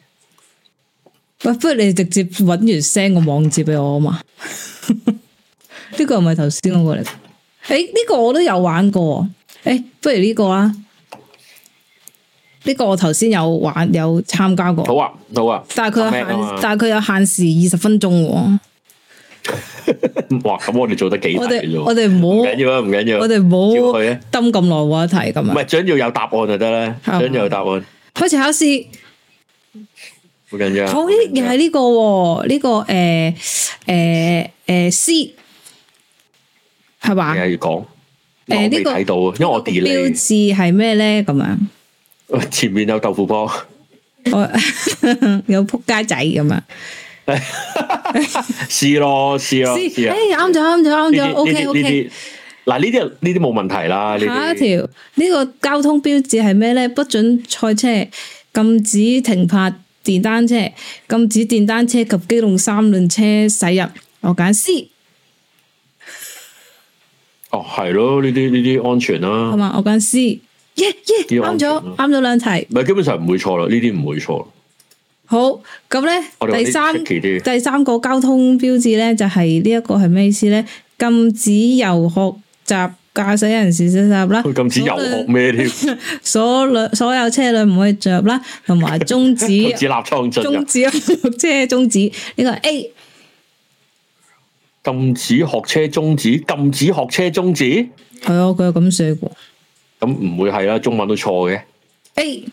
[SPEAKER 2] 喂，不如你直接搵完 send 個網址俾我啊嘛？ 呢個唔係頭先嗰個嚟。诶、呢、個我都有玩過。诶、不如呢個啦，呢、個我頭先有玩有參加過。
[SPEAKER 1] 好啊，好啊。
[SPEAKER 2] 但係佢有限
[SPEAKER 1] Comment 啊嘛，
[SPEAKER 2] 但係佢有限時二十分鐘喎。
[SPEAKER 1] 哇！咁我哋做得幾大
[SPEAKER 2] 我
[SPEAKER 1] 嘅
[SPEAKER 2] 哋
[SPEAKER 1] 啫
[SPEAKER 2] 我
[SPEAKER 1] 喎，
[SPEAKER 2] 哋
[SPEAKER 1] 唔
[SPEAKER 2] 唔好
[SPEAKER 1] 緊要啊，唔緊要。
[SPEAKER 2] 我哋唔
[SPEAKER 1] 照
[SPEAKER 2] 好
[SPEAKER 1] 佢啊
[SPEAKER 2] 抌咁耐話題咁
[SPEAKER 1] 唔
[SPEAKER 2] 啊！
[SPEAKER 1] 係，想要有答案就得啦，
[SPEAKER 2] 係嘛
[SPEAKER 1] 想要有答案，好
[SPEAKER 2] 開始考試，
[SPEAKER 1] 緊要啊。
[SPEAKER 2] 好呢又係呢個喎呢個誒誒誒 C 係嘛？
[SPEAKER 1] 你係要
[SPEAKER 2] 誒
[SPEAKER 1] 講，我
[SPEAKER 2] 呢
[SPEAKER 1] 未
[SPEAKER 2] 個
[SPEAKER 1] 睇到啊，因為我
[SPEAKER 2] 標
[SPEAKER 1] delay，
[SPEAKER 2] 誌係咩咧？咁樣
[SPEAKER 1] 前面有豆腐波，
[SPEAKER 2] 我 有仆街仔咁啊！
[SPEAKER 1] 試咯，試咯，
[SPEAKER 2] C 誒
[SPEAKER 1] 試啊！
[SPEAKER 2] 哎啱咗啱咗啱
[SPEAKER 1] 呢
[SPEAKER 2] 咗
[SPEAKER 1] 啲呢
[SPEAKER 2] ，OK
[SPEAKER 1] 啲呢
[SPEAKER 2] OK。
[SPEAKER 1] 啲，啊嗱呢啲呢啲冇問題啦，呢
[SPEAKER 2] 下一
[SPEAKER 1] 啲
[SPEAKER 2] 條呢、個交通標誌係咩呢？不准賽車，禁止停泊電單車，禁止電單車及機動三輪車駛入。我揀 C
[SPEAKER 1] 哦係咯，呢啲呢啲安全
[SPEAKER 2] 好
[SPEAKER 1] 啦，
[SPEAKER 2] 嘛？我揀 C，耶耶
[SPEAKER 1] 嗯要安
[SPEAKER 2] 啱
[SPEAKER 1] 全
[SPEAKER 2] 咗
[SPEAKER 1] 咯
[SPEAKER 2] 啱咗兩題。
[SPEAKER 1] 咪基本上唔會錯啦，呢啲唔會錯。
[SPEAKER 2] 好咁呢，
[SPEAKER 1] 我哋話
[SPEAKER 2] 第
[SPEAKER 1] 啲
[SPEAKER 2] 三
[SPEAKER 1] tricky 啲
[SPEAKER 2] 第三個交通標誌呢，就係呢一個係咩意思呢？禁止遊學習駕駛人士進入啦，
[SPEAKER 1] 佢 禁止遊學 咩添？禁
[SPEAKER 2] 所有所有車輛唔可以進入啦，同埋終 止
[SPEAKER 1] 止立倉進入
[SPEAKER 2] 中，指啊， 即係中指，呢個係哎 A
[SPEAKER 1] 禁止學車終止，禁止學車終止，
[SPEAKER 2] 係啊，佢有咁寫過
[SPEAKER 1] 咁唔會係啦，中文都錯嘅。
[SPEAKER 2] A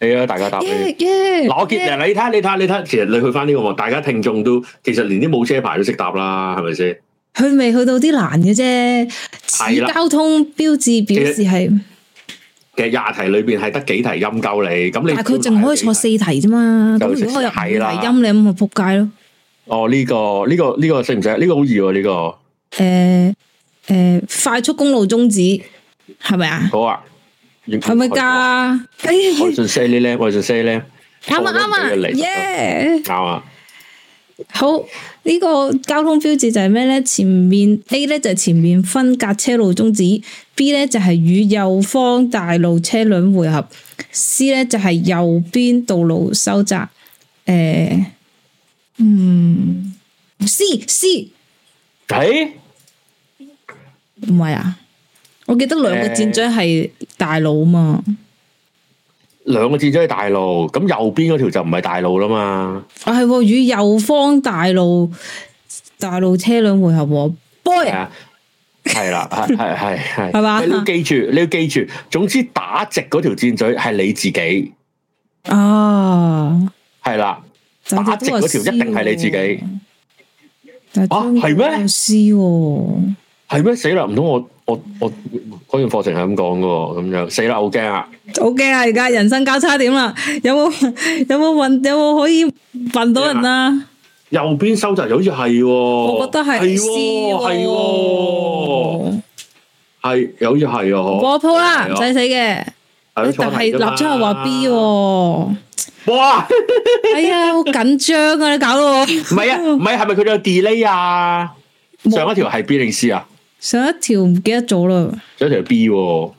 [SPEAKER 1] 你啊，大家答你
[SPEAKER 2] 耶。耶，
[SPEAKER 1] 嗱，我見嗱，你睇下，你睇下，你睇下，其實你去翻呢個網，大家聽眾都其實連啲冇車牌都識答啦，係咪先？
[SPEAKER 2] 佢未去到啲難嘅啫，此
[SPEAKER 1] 係啦
[SPEAKER 2] 交通標誌表示係，
[SPEAKER 1] 其實廿題裏邊係得幾題陰鳩你，咁你
[SPEAKER 2] 但係佢淨可以錯四題啫嘛，咁
[SPEAKER 1] 就
[SPEAKER 2] 如果我有五題
[SPEAKER 1] 係啦
[SPEAKER 2] 音，你咁咪仆街咯，
[SPEAKER 1] 哦，呢、個呢、個呢、個識唔啊識？呢、個好易喎、呢、個
[SPEAKER 2] 誒誒，快速公路中指係咪啊？
[SPEAKER 1] 好啊，
[SPEAKER 2] 係
[SPEAKER 1] 係
[SPEAKER 2] 咪？㗎？哎
[SPEAKER 1] 我
[SPEAKER 2] 呀
[SPEAKER 1] 信 say 咧，我信 say 咧，
[SPEAKER 2] 啱啊啱
[SPEAKER 1] 錯都唔
[SPEAKER 2] 啊，
[SPEAKER 1] 俾佢嚟
[SPEAKER 2] 耶！
[SPEAKER 1] 啱啊！
[SPEAKER 2] 好，呢、個交通標誌就係咩咧？前面 A 咧就係前面分隔車路中止，B 咧就係與右方大路車輛匯合，C 咧就係右邊道路收窄。誒、嗯，C C
[SPEAKER 1] 係
[SPEAKER 2] 唔係啊？我記得兩個箭嘴係大路啊嘛，
[SPEAKER 1] 兩個字都係大路，咁右邊嗰條就唔係大路啦嘛。
[SPEAKER 2] 啊係喎，與右方大路大路車輛匯合喎，boy
[SPEAKER 1] 係啊，係啦，係係係係，
[SPEAKER 2] 係嘛
[SPEAKER 1] 你要記住，你要記住，總之打直嗰條箭嘴係你自己，
[SPEAKER 2] 啊！
[SPEAKER 1] 係啦，
[SPEAKER 2] 就係
[SPEAKER 1] 打直嗰條一定係你自己，
[SPEAKER 2] 但
[SPEAKER 1] 啊係咩
[SPEAKER 2] 詩喎，
[SPEAKER 1] 係咩？死啦！唔通我我我嗰段課程係咁講嘅喎，咁樣死啦！好驚啊！
[SPEAKER 2] 好驚啊！而家人生交叉點啦，有冇 有冇運有冇可以運到人啊？
[SPEAKER 1] 右邊收集又好似係喎，
[SPEAKER 2] 我
[SPEAKER 1] 我
[SPEAKER 2] 覺得係
[SPEAKER 1] 哦係
[SPEAKER 2] C
[SPEAKER 1] 喎，係喎，
[SPEAKER 2] 喎，
[SPEAKER 1] 係有好似係喎，
[SPEAKER 2] 我鋪啦，
[SPEAKER 1] 係啊啊
[SPEAKER 2] 唔使死嘅。
[SPEAKER 1] 嗬
[SPEAKER 2] 但係立出係話 B，
[SPEAKER 1] 係咯
[SPEAKER 2] 喎，
[SPEAKER 1] 錯題㗎嘛哇！
[SPEAKER 2] 哎呀，好緊張啊！你搞到我
[SPEAKER 1] 唔 係啊，唔係係咪佢哋有 delay 啊？
[SPEAKER 2] 冇
[SPEAKER 1] 上一條係 B 定 C 啊？
[SPEAKER 2] 上一條唔記得咗啦，
[SPEAKER 1] 上一條係 B 喎。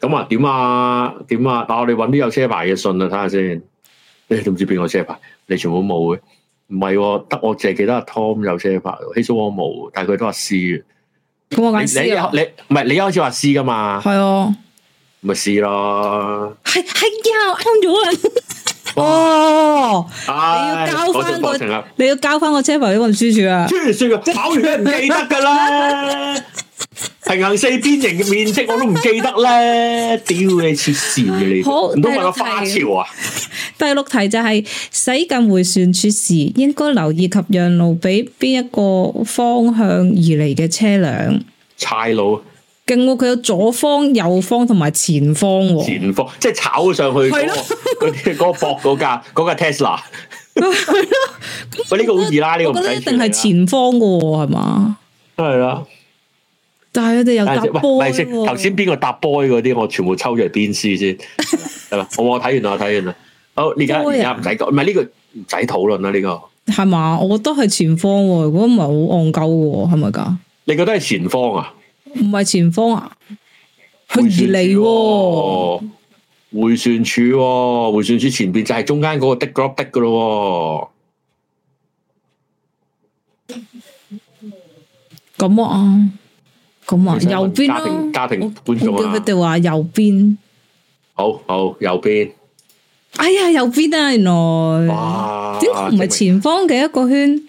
[SPEAKER 1] 咁啊點啊點啊？嗱，我哋揾啲有車牌嘅信啊，睇下先。 你都唔知邊個車牌？你全部都冇嘅。唔係喎，得我淨係記得阿 Tom 有車牌喎，希蘇我冇，但係佢都話 C 嘅。
[SPEAKER 2] 咁我揀
[SPEAKER 1] 你
[SPEAKER 2] C 啊，
[SPEAKER 1] 你你唔係你一開始話 C 噶嘛？
[SPEAKER 2] 係啊，
[SPEAKER 1] 咪 C 咯。
[SPEAKER 2] 係係呀，啱咗啦， 哦，
[SPEAKER 1] 唉
[SPEAKER 2] 你要交翻
[SPEAKER 1] 嗰條
[SPEAKER 2] 個
[SPEAKER 1] 課程啊！
[SPEAKER 2] 你要交翻個車牌俾運輸處啊！
[SPEAKER 1] 穿完 雪嘅跑完唔記得㗎啦，平衡四邊形嘅面積我都唔記得咧，屌你黐線嘅你，
[SPEAKER 2] 好
[SPEAKER 1] 唔通問我花潮啊？
[SPEAKER 2] 第六題就係駛近迴旋處時，應該留意及讓路俾邊一個方向而嚟嘅車輛。
[SPEAKER 1] 差佬
[SPEAKER 2] 勁喎，佢有左方、右方同埋前方喎。
[SPEAKER 1] 前方即係炒上去嗰
[SPEAKER 2] 係
[SPEAKER 1] 個嗰啲嗰個博嗰架嗰架 Tesla，喂呢個好易啦，呢個
[SPEAKER 2] 我覺
[SPEAKER 1] 唔
[SPEAKER 2] 得
[SPEAKER 1] 使
[SPEAKER 2] 一定係
[SPEAKER 1] 係
[SPEAKER 2] 前方嘅喎，係嘛？
[SPEAKER 1] 係啦。
[SPEAKER 2] 但係佢哋又
[SPEAKER 1] 等陣
[SPEAKER 2] 搭
[SPEAKER 1] 先喂，
[SPEAKER 2] 波
[SPEAKER 1] 咪先，頭先邊個搭 boy 嗰啲，我全部抽咗嚟邊絲先，係啦，我我睇完啦，我睇完啦。好，而家
[SPEAKER 2] boy 啊
[SPEAKER 1] 而家唔使講，唔係呢個唔使討論啦，呢個
[SPEAKER 2] 係嘛？我覺得係前方喎，如果唔係好戇鳩嘅喎，係咪㗎？
[SPEAKER 1] 你覺得係前方啊？
[SPEAKER 2] 唔係前方啊，佢而嚟喎。
[SPEAKER 1] 回旋處喎、回旋處前邊就係中間嗰個的嗰粒的噶咯
[SPEAKER 2] 咁啊，咁啊，
[SPEAKER 1] 喎。
[SPEAKER 2] 右邊
[SPEAKER 1] 家庭
[SPEAKER 2] 咯。
[SPEAKER 1] 家庭
[SPEAKER 2] 我
[SPEAKER 1] 觀眾
[SPEAKER 2] 見
[SPEAKER 1] 啊
[SPEAKER 2] 佢，哋話右邊，
[SPEAKER 1] 好好右邊，
[SPEAKER 2] 哎呀，右邊啊，原來
[SPEAKER 1] 哇！
[SPEAKER 2] 嗯點解唔係前方嘅一個圈？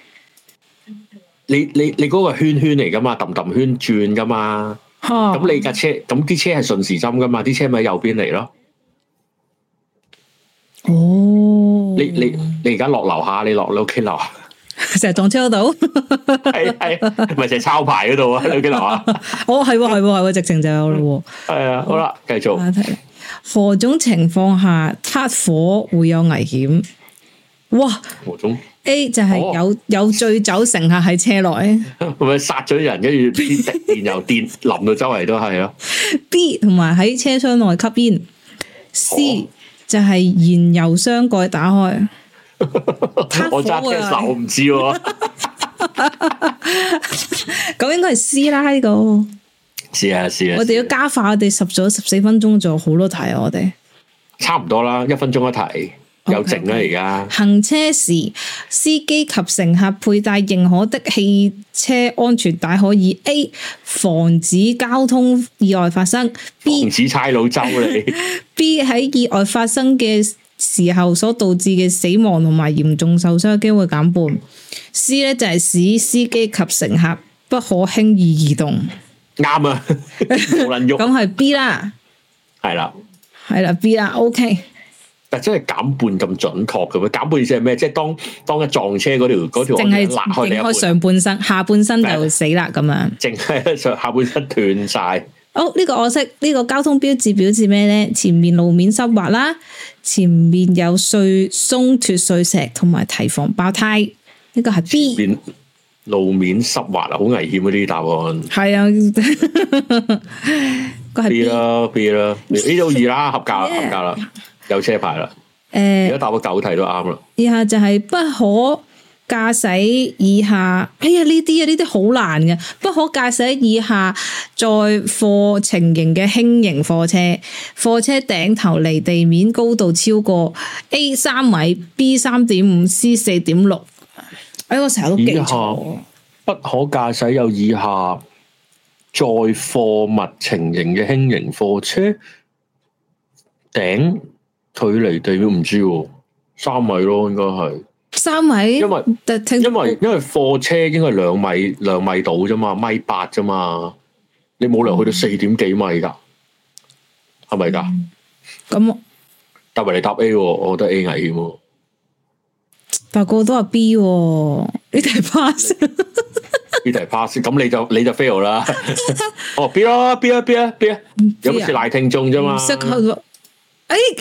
[SPEAKER 1] 你你你嗰個圈圈嚟噶嘛，氹氹圈轉噶嘛，
[SPEAKER 2] 嚇
[SPEAKER 1] 咁你架車咁啲車係順時針噶嘛，啲車咪喺右邊嚟咯。
[SPEAKER 2] 哦，
[SPEAKER 1] 你 你你而家落樓下，你落你屋企樓下，
[SPEAKER 2] 成日撞車嗰度，
[SPEAKER 1] 係係咪就係抄牌嗰度啊？你屋企樓下，
[SPEAKER 2] 哦係喎係喎係喎，直情就有嘞喎。
[SPEAKER 1] 係啊，好啦，繼續。
[SPEAKER 2] 啊睇嚟何種情況下撻火會有危險？哇
[SPEAKER 1] 何總，
[SPEAKER 2] ！A 就係有、有醉酒乘客喺車內
[SPEAKER 1] 係咪殺咗人，跟住啲電又電淋到周圍都係咯？
[SPEAKER 2] ，B 同埋喺車廂內吸煙，C
[SPEAKER 1] 哦
[SPEAKER 2] 就係燃油箱蓋打開。撻火
[SPEAKER 1] 我揸車手
[SPEAKER 2] 啊！
[SPEAKER 1] 唔知喎，
[SPEAKER 2] 咁應該係 C 啦呢、個，我
[SPEAKER 1] 試下試下。
[SPEAKER 2] 哋要加快，我哋十咗十四分鐘，仲有好多題啊我哋。
[SPEAKER 1] 差唔多啦，一分鐘一題，有剩啦而
[SPEAKER 2] OK，OK
[SPEAKER 1] 家。
[SPEAKER 2] 行車時，司機及乘客佩戴認可的汽車安全帶，可以 A 防止交通意外發生
[SPEAKER 1] 唔
[SPEAKER 2] ，B
[SPEAKER 1] 止差佬周你，
[SPEAKER 2] B 喺意外發生嘅時候所導致嘅死亡同埋嚴重受傷嘅機會減半。C 咧就係使司機及乘客不可輕易移動，
[SPEAKER 1] 啱啊，冇撚
[SPEAKER 2] 咁
[SPEAKER 1] 喐，
[SPEAKER 2] 係 B 啦，
[SPEAKER 1] 係啦。
[SPEAKER 2] 係啦 B 啦，OK，
[SPEAKER 1] 但真係減半咁準確嘅咩？減半意思係咩？即係當當一撞車嗰條嗰條，
[SPEAKER 2] 淨係
[SPEAKER 1] 拉開你一
[SPEAKER 2] 整開
[SPEAKER 1] 半，
[SPEAKER 2] 上半身，下半身就死啦咁樣。
[SPEAKER 1] 淨係上下半身斷晒。
[SPEAKER 2] 哦，呢、個我識，呢、個交通標誌表示咩呢？前面路面濕滑啦，前面有碎鬆脱碎石，同埋提防爆胎。呢、個係 B，
[SPEAKER 1] 面路面濕滑啊，好危險嗰啲答案。
[SPEAKER 2] 係啊，個係啊
[SPEAKER 1] B
[SPEAKER 2] B。
[SPEAKER 1] 啦，B 啦，呢度二 啦，合格啦，
[SPEAKER 2] Yeah
[SPEAKER 1] 合格啦，有車牌啦。而
[SPEAKER 2] 誒
[SPEAKER 1] 家，答咗九題都啱啦。
[SPEAKER 2] 以下就係不可駕駛以下。哎呀，呢啲啊，呢啲好難嘅。不可駕駛以下載貨情形嘅輕型貨車，貨車頂頭離地面高度超過 A 三米、B 三點五、C 四點六。哎，我成日都記錯。
[SPEAKER 1] 不可駕駛有以下載貨物情形嘅輕型貨車，頂距離地面唔知喎，三米咯，應該係。
[SPEAKER 2] 三米，
[SPEAKER 1] 因為
[SPEAKER 2] 但聽
[SPEAKER 1] 因為因為貨車應該係兩米兩米到啫嘛，米八啫嘛，你冇理由去到
[SPEAKER 2] 嗯
[SPEAKER 1] 四點幾米㗎，係咪㗎？
[SPEAKER 2] 咁，
[SPEAKER 1] 但係你答 A 喎，我覺得 A 危險喎。
[SPEAKER 2] 但個個都話 B 喎，呢題 pass。
[SPEAKER 1] 呢題 pass，咁你就你就 fail 啦。哦，B 啦，B 啦，B 啦，B 啦，啊有乜事賴聽眾啫嘛？
[SPEAKER 2] 啊識佢誒
[SPEAKER 1] 啊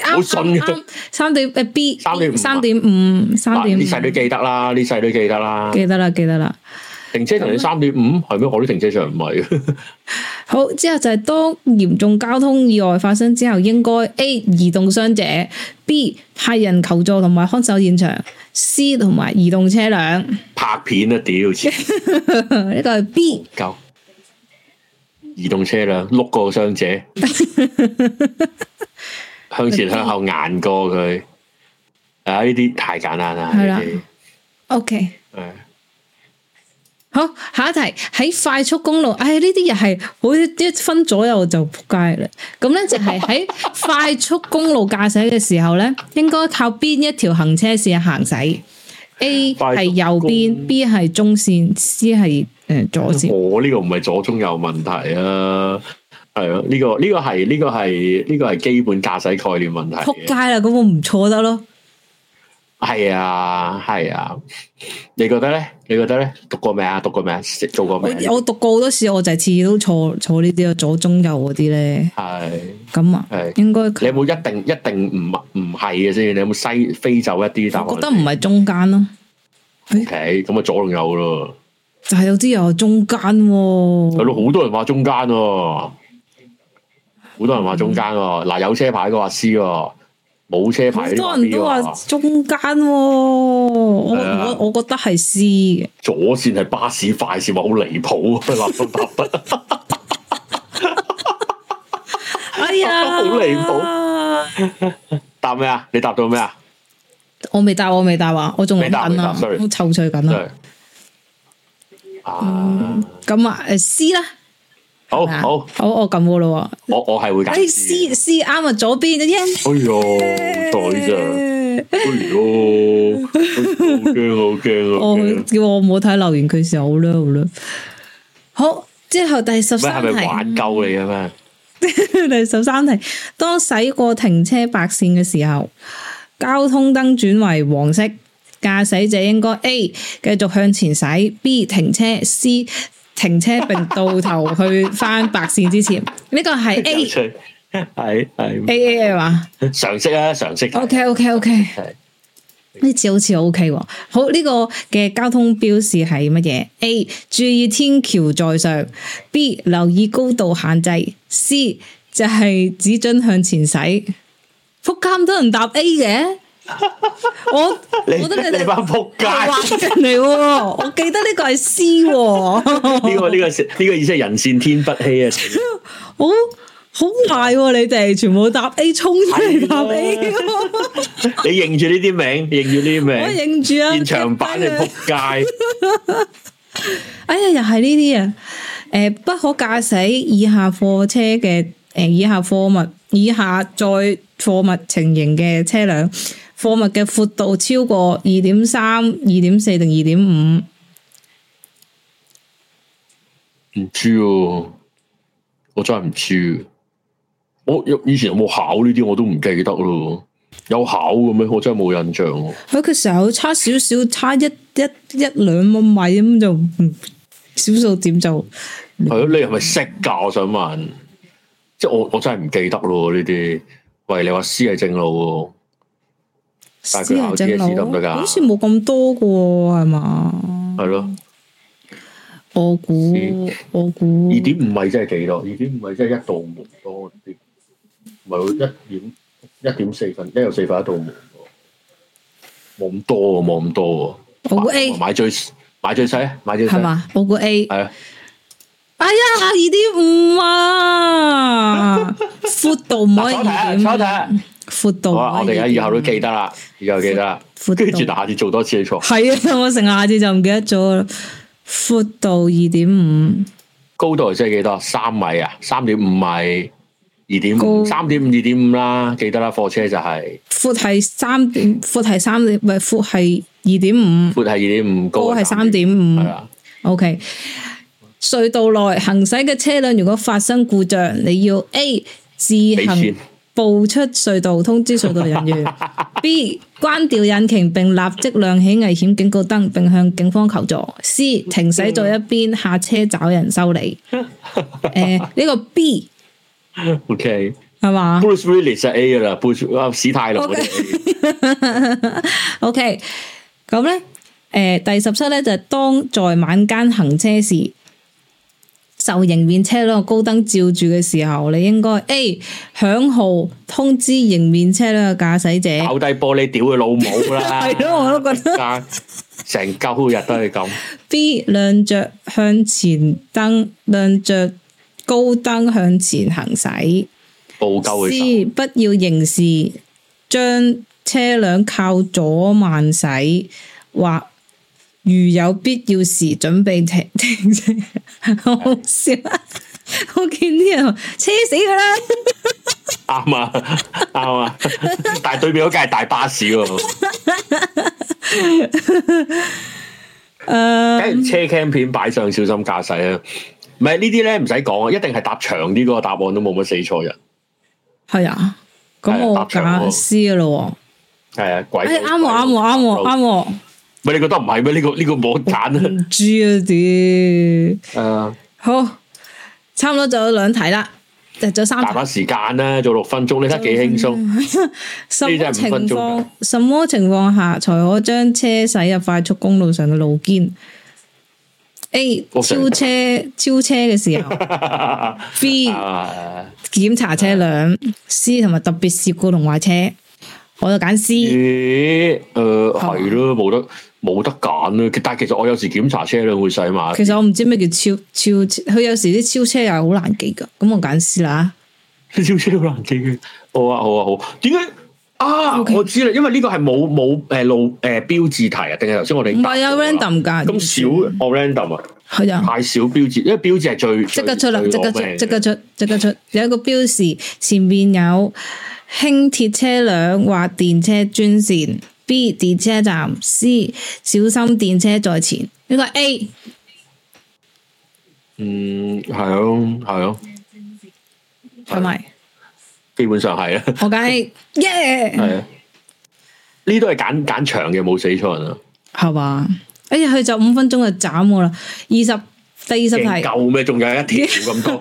[SPEAKER 1] 好
[SPEAKER 2] 啱
[SPEAKER 1] 順
[SPEAKER 2] 啱
[SPEAKER 1] 嘅
[SPEAKER 2] 啱三點誒 B
[SPEAKER 1] 3.5啊
[SPEAKER 2] 三點五三
[SPEAKER 1] 嗱，
[SPEAKER 2] 點
[SPEAKER 1] 呢世都
[SPEAKER 2] 五
[SPEAKER 1] 記得啦，呢世都記得啦。
[SPEAKER 2] 記得啦記得啦。
[SPEAKER 1] 停車場你三點五係咩？我啲停車場唔係 嘅，
[SPEAKER 2] 好之後就係當嚴重交通意外發生之後，應該 A 移動傷者，B 派人求助同埋看守現場，C 同埋移動車輛。
[SPEAKER 1] 拍片啊！屌，黐
[SPEAKER 2] 呢個係 B
[SPEAKER 1] 鳩。移動車輛碌過傷者，向前向後硬過佢。啊！呢啲太簡單啦。
[SPEAKER 2] 係啦
[SPEAKER 1] 呢啲。
[SPEAKER 2] OK。
[SPEAKER 1] 係
[SPEAKER 2] 好，下一題喺快速公路，唉、呢啲又係好一分左右就仆街啦。咁咧就 係喺快速公路駕駛嘅時候咧，應該靠邊一條行車線行駛？A
[SPEAKER 1] 快速
[SPEAKER 2] 係右
[SPEAKER 1] 公
[SPEAKER 2] 邊，B 係中線，C 係誒左線。
[SPEAKER 1] 我呢個唔係左中右問題啊，係啊，呢、個呢、個係呢、個係呢、個係基本駕駛概念問題
[SPEAKER 2] 仆街
[SPEAKER 1] 嘅，
[SPEAKER 2] 啦，咁我唔錯得咯。
[SPEAKER 1] 係啊係啊，你覺得咧？你覺得咧？讀過未啊？讀過未啊？食做過
[SPEAKER 2] 我
[SPEAKER 1] 未啊？
[SPEAKER 2] 我讀過好多次，我就係次次都錯錯呢啲啊，左中右嗰啲咧，
[SPEAKER 1] 係
[SPEAKER 2] 咁啊，
[SPEAKER 1] 係，
[SPEAKER 2] 應該
[SPEAKER 1] 你有冇一定一定唔唔係嘅先？你有冇西非洲一啲答案？
[SPEAKER 2] 我覺得唔係中間咯，
[SPEAKER 1] O K，咁啊左同右咯，
[SPEAKER 2] 就係有啲又係中間喎、
[SPEAKER 1] 有好多人話中間喎、好多人話中間喎、嗱有車牌嘅話 C 喎、冇車
[SPEAKER 2] 好
[SPEAKER 1] 牌嘅
[SPEAKER 2] 多
[SPEAKER 1] 話
[SPEAKER 2] 人
[SPEAKER 1] B
[SPEAKER 2] 都話
[SPEAKER 1] 喎。
[SPEAKER 2] 中間喎、我
[SPEAKER 1] 啊係啊
[SPEAKER 2] 我我覺得係 C 嘅，
[SPEAKER 1] 左線係巴士快線，話好離譜啊！ 立都立不，
[SPEAKER 2] 哎呀，
[SPEAKER 1] 好離譜嘛？答咩啊？你答到咩啊？
[SPEAKER 2] 我未答，我未答啊，我仲諗
[SPEAKER 1] 未
[SPEAKER 2] 緊
[SPEAKER 1] 答
[SPEAKER 2] 啊
[SPEAKER 1] 未答，sorry，
[SPEAKER 2] 我臭趣緊啊。
[SPEAKER 1] 對啊，
[SPEAKER 2] 咁啊，诶 C 啦，
[SPEAKER 1] 好
[SPEAKER 2] 係咪啊
[SPEAKER 1] 好，
[SPEAKER 2] 好，我撳噶咯
[SPEAKER 1] 我我係
[SPEAKER 2] 喎。
[SPEAKER 1] 會揀
[SPEAKER 2] 哎
[SPEAKER 1] C
[SPEAKER 2] ，C
[SPEAKER 1] 嘅。
[SPEAKER 2] C 啱啊，左邊啫。
[SPEAKER 1] 哎喲，袋咋？哎喲，好驚好驚好
[SPEAKER 2] 我
[SPEAKER 1] 驚！
[SPEAKER 2] 叫我唔好睇留言，佢時候好啦好啦。好，之後第十
[SPEAKER 1] 咩
[SPEAKER 2] 三
[SPEAKER 1] 係咪
[SPEAKER 2] 題。
[SPEAKER 1] 玩鳩你嘅咩？
[SPEAKER 2] 第十三題，當駛過停車白線嘅時候，交通燈轉為黃色，駕駛者應該 A 繼續向前駛，B 停車，C 停車並到頭去翻白線之前。呢個係
[SPEAKER 1] 有
[SPEAKER 2] A
[SPEAKER 1] 趣，係係
[SPEAKER 2] A A 係嘛
[SPEAKER 1] 常識啊，常識。
[SPEAKER 2] ？OK OK OK，
[SPEAKER 1] 係
[SPEAKER 2] 呢次好似 OK 喎。好，呢、個嘅交通標示係乜嘢？A 注意天橋在上，B 留意高度限制，C 就係只准向前駛。福咁多人答 A 嘅，我
[SPEAKER 1] 你
[SPEAKER 2] 我覺得你
[SPEAKER 1] 你
[SPEAKER 2] 哋
[SPEAKER 1] 班仆街，
[SPEAKER 2] 畫人嚟喎，我記得呢個係 C 喎，
[SPEAKER 1] 呢個呢個呢個意思係人善天不欺啊！
[SPEAKER 2] 好好壞喎、你哋全部答 A，衝出嚟答 A，
[SPEAKER 1] 你認住呢啲名，認住呢啲
[SPEAKER 2] 我
[SPEAKER 1] 名，
[SPEAKER 2] 認住啊！
[SPEAKER 1] 現場版你仆街。
[SPEAKER 2] 哎呀，又係呢啲啊！诶、不可駕駛以下貨車嘅诶、誒以下貨物以下載貨物情形嘅車輛，貨物嘅闊度超過二點三、二點四定二點五。
[SPEAKER 1] 唔知喎，我真係唔知。我有以前有冇考呢啲我都唔記得咯。有考嘅咩？我真係冇印象喎。
[SPEAKER 2] 佢佢成日差少少，差一一一兩米咁就嗯小數點就
[SPEAKER 1] 係咯，你係咪識㗎？我想問，即係我我真係唔記得咯呢啲。喂，你話師係正路喎，但係佢考 DSE 得唔得㗎
[SPEAKER 2] 好似冇咁多噶係嘛？
[SPEAKER 1] 係咯，
[SPEAKER 2] 我估
[SPEAKER 1] 嗯
[SPEAKER 2] 我估
[SPEAKER 1] 二點五米真係幾多？二點五米真係一道門多啲，唔係喎一點一點四分，一又四分一道門喎，冇咁多喎，冇咁多
[SPEAKER 2] 我估
[SPEAKER 1] 喎。
[SPEAKER 2] A
[SPEAKER 1] 買買最買最細啊，買最
[SPEAKER 2] 係
[SPEAKER 1] 細
[SPEAKER 2] 嘛？我估 A。
[SPEAKER 1] 係啊。
[SPEAKER 2] 哎呀，二點五 啊，闊度唔可以
[SPEAKER 1] 嗱
[SPEAKER 2] 二點
[SPEAKER 1] 手睇啊手睇啊
[SPEAKER 2] 闊度
[SPEAKER 1] 好
[SPEAKER 2] 唔
[SPEAKER 1] 啊！我
[SPEAKER 2] 可以
[SPEAKER 1] 哋
[SPEAKER 2] 2.5
[SPEAKER 1] 而家以後都記得啦，以後記得啦。
[SPEAKER 2] 闊
[SPEAKER 1] 跟
[SPEAKER 2] 度
[SPEAKER 1] 住下次做多次你錯，
[SPEAKER 2] 係啊，我成日下次就唔記得咗啦。闊度二點五，
[SPEAKER 1] 高度即係幾多？三米啊，三點五米，二點
[SPEAKER 2] 高
[SPEAKER 1] 五，三點五二點五啦，記得啦。貨車就係
[SPEAKER 2] 闊係三點，闊係三點，唔係闊係二點五，
[SPEAKER 1] 闊係二點五，高
[SPEAKER 2] 高係三
[SPEAKER 1] 3.5
[SPEAKER 2] 點五
[SPEAKER 1] 係。啦。
[SPEAKER 2] OK，隧道內行駛嘅車輛如果發生故障，你要 A 自
[SPEAKER 1] 俾
[SPEAKER 2] 行
[SPEAKER 1] 錢
[SPEAKER 2] 步出隧道，通知隧道人 員；B 關掉引擎並立即亮起危險警告燈，並向警方求助；C
[SPEAKER 1] 嗯
[SPEAKER 2] 停駛在一邊，下車找人修理。
[SPEAKER 1] 啊
[SPEAKER 2] 诶、呢、個 B
[SPEAKER 1] OK，Bruce
[SPEAKER 2] 係嘛
[SPEAKER 1] Willis 就 A 噶啦，Bruce 啊史泰龍嗰
[SPEAKER 2] 啊 OK
[SPEAKER 1] 啲 A。
[SPEAKER 2] ？OK，咁咧，诶、第十七咧就係當在晚間行車時。受迎面車輛嘅高燈照住嘅時候，你應該 A 響號通知迎面車輛嘅駕駛者。
[SPEAKER 1] 咬低玻璃屌佢老母 啦！
[SPEAKER 2] 係咯我都覺得
[SPEAKER 1] 得。成鳩日都係咁，
[SPEAKER 2] B 亮着向前燈，亮着高燈向前行駛。
[SPEAKER 1] 報鳩佢
[SPEAKER 2] C 不要凝視，將車輛靠左慢駛，或如有必要時準備停 停車。好好笑啊！ 我見啲人話車死佢啦，
[SPEAKER 1] 手啱啊，啱啊！但係對面嗰間係大巴士喎。
[SPEAKER 2] 诶、
[SPEAKER 1] 梗係車 cam 片擺上小心駕駛啊！唔係呢啲咧唔使講啊，一定係答長啲嗰個答案都冇乜死錯人。
[SPEAKER 2] 係啊，咁
[SPEAKER 1] 係
[SPEAKER 2] 我
[SPEAKER 1] 搭場
[SPEAKER 2] 揀
[SPEAKER 1] 喎
[SPEAKER 2] C 咯
[SPEAKER 1] 係啊，鬼
[SPEAKER 2] 喎，
[SPEAKER 1] 佬
[SPEAKER 2] 哎啱喎啱喎啱喎。
[SPEAKER 1] 鬼佬
[SPEAKER 2] 啱喎，
[SPEAKER 1] 唔係你覺得唔係咩？呢個呢個冇得
[SPEAKER 2] 唔
[SPEAKER 1] 揀
[SPEAKER 2] 知啊屌！
[SPEAKER 1] 啊！
[SPEAKER 2] 好，差唔多仲有兩題啦，就仲有三
[SPEAKER 1] 誒，大
[SPEAKER 2] 題。
[SPEAKER 1] 把時間啦，做六分鐘，你睇幾輕鬆。
[SPEAKER 2] 什
[SPEAKER 1] 呢啲係
[SPEAKER 2] 麼
[SPEAKER 1] 五
[SPEAKER 2] 情
[SPEAKER 1] 分鐘
[SPEAKER 2] 況
[SPEAKER 1] 㗎？
[SPEAKER 2] 什麼情況下才可將車駛入快速公路上嘅路肩？A 超
[SPEAKER 1] 我
[SPEAKER 2] 車
[SPEAKER 1] 成
[SPEAKER 2] 超車嘅時候 ，B
[SPEAKER 1] 啊
[SPEAKER 2] 檢查車輛，C 同埋特別事故同壞車，我就揀 C。
[SPEAKER 1] 咦？誒係咯，冇得冇得揀啦。但係其實我有時檢查車輛會洗碼，
[SPEAKER 2] 其實我唔知咩叫超超，佢有時啲超車又係好難記噶，咁我揀 C 啦。
[SPEAKER 1] 少少難記嘅。好啊，好啊，好。點解啊
[SPEAKER 2] OK
[SPEAKER 1] 我知啦，因為呢個係冇冇誒路誒標誌題啊，定係頭先我哋
[SPEAKER 2] 唔係啊，random 㗎，
[SPEAKER 1] 咁少我 random 啊，
[SPEAKER 2] 係啊。
[SPEAKER 1] 太少標誌，因為標誌係最
[SPEAKER 2] 即刻出啦！即刻出，即刻
[SPEAKER 1] 出。
[SPEAKER 2] 出，即刻出！有一個標示，前面有輕鐵車輛或電車專線，B 電車站，C 小心電車在前。呢個係 A
[SPEAKER 1] 嗯，係咯，係咯，
[SPEAKER 2] 係咪？
[SPEAKER 1] 基本上係啦，啊
[SPEAKER 2] 我梗係耶，
[SPEAKER 1] 係啊。呢都係揀揀長嘅，冇死錯人啊！
[SPEAKER 2] 係嘛？哎呀，佢就五分鐘就斬我啦！二十第二十
[SPEAKER 1] 勁
[SPEAKER 2] 題，
[SPEAKER 1] 夠咩？仲有一條 咁多。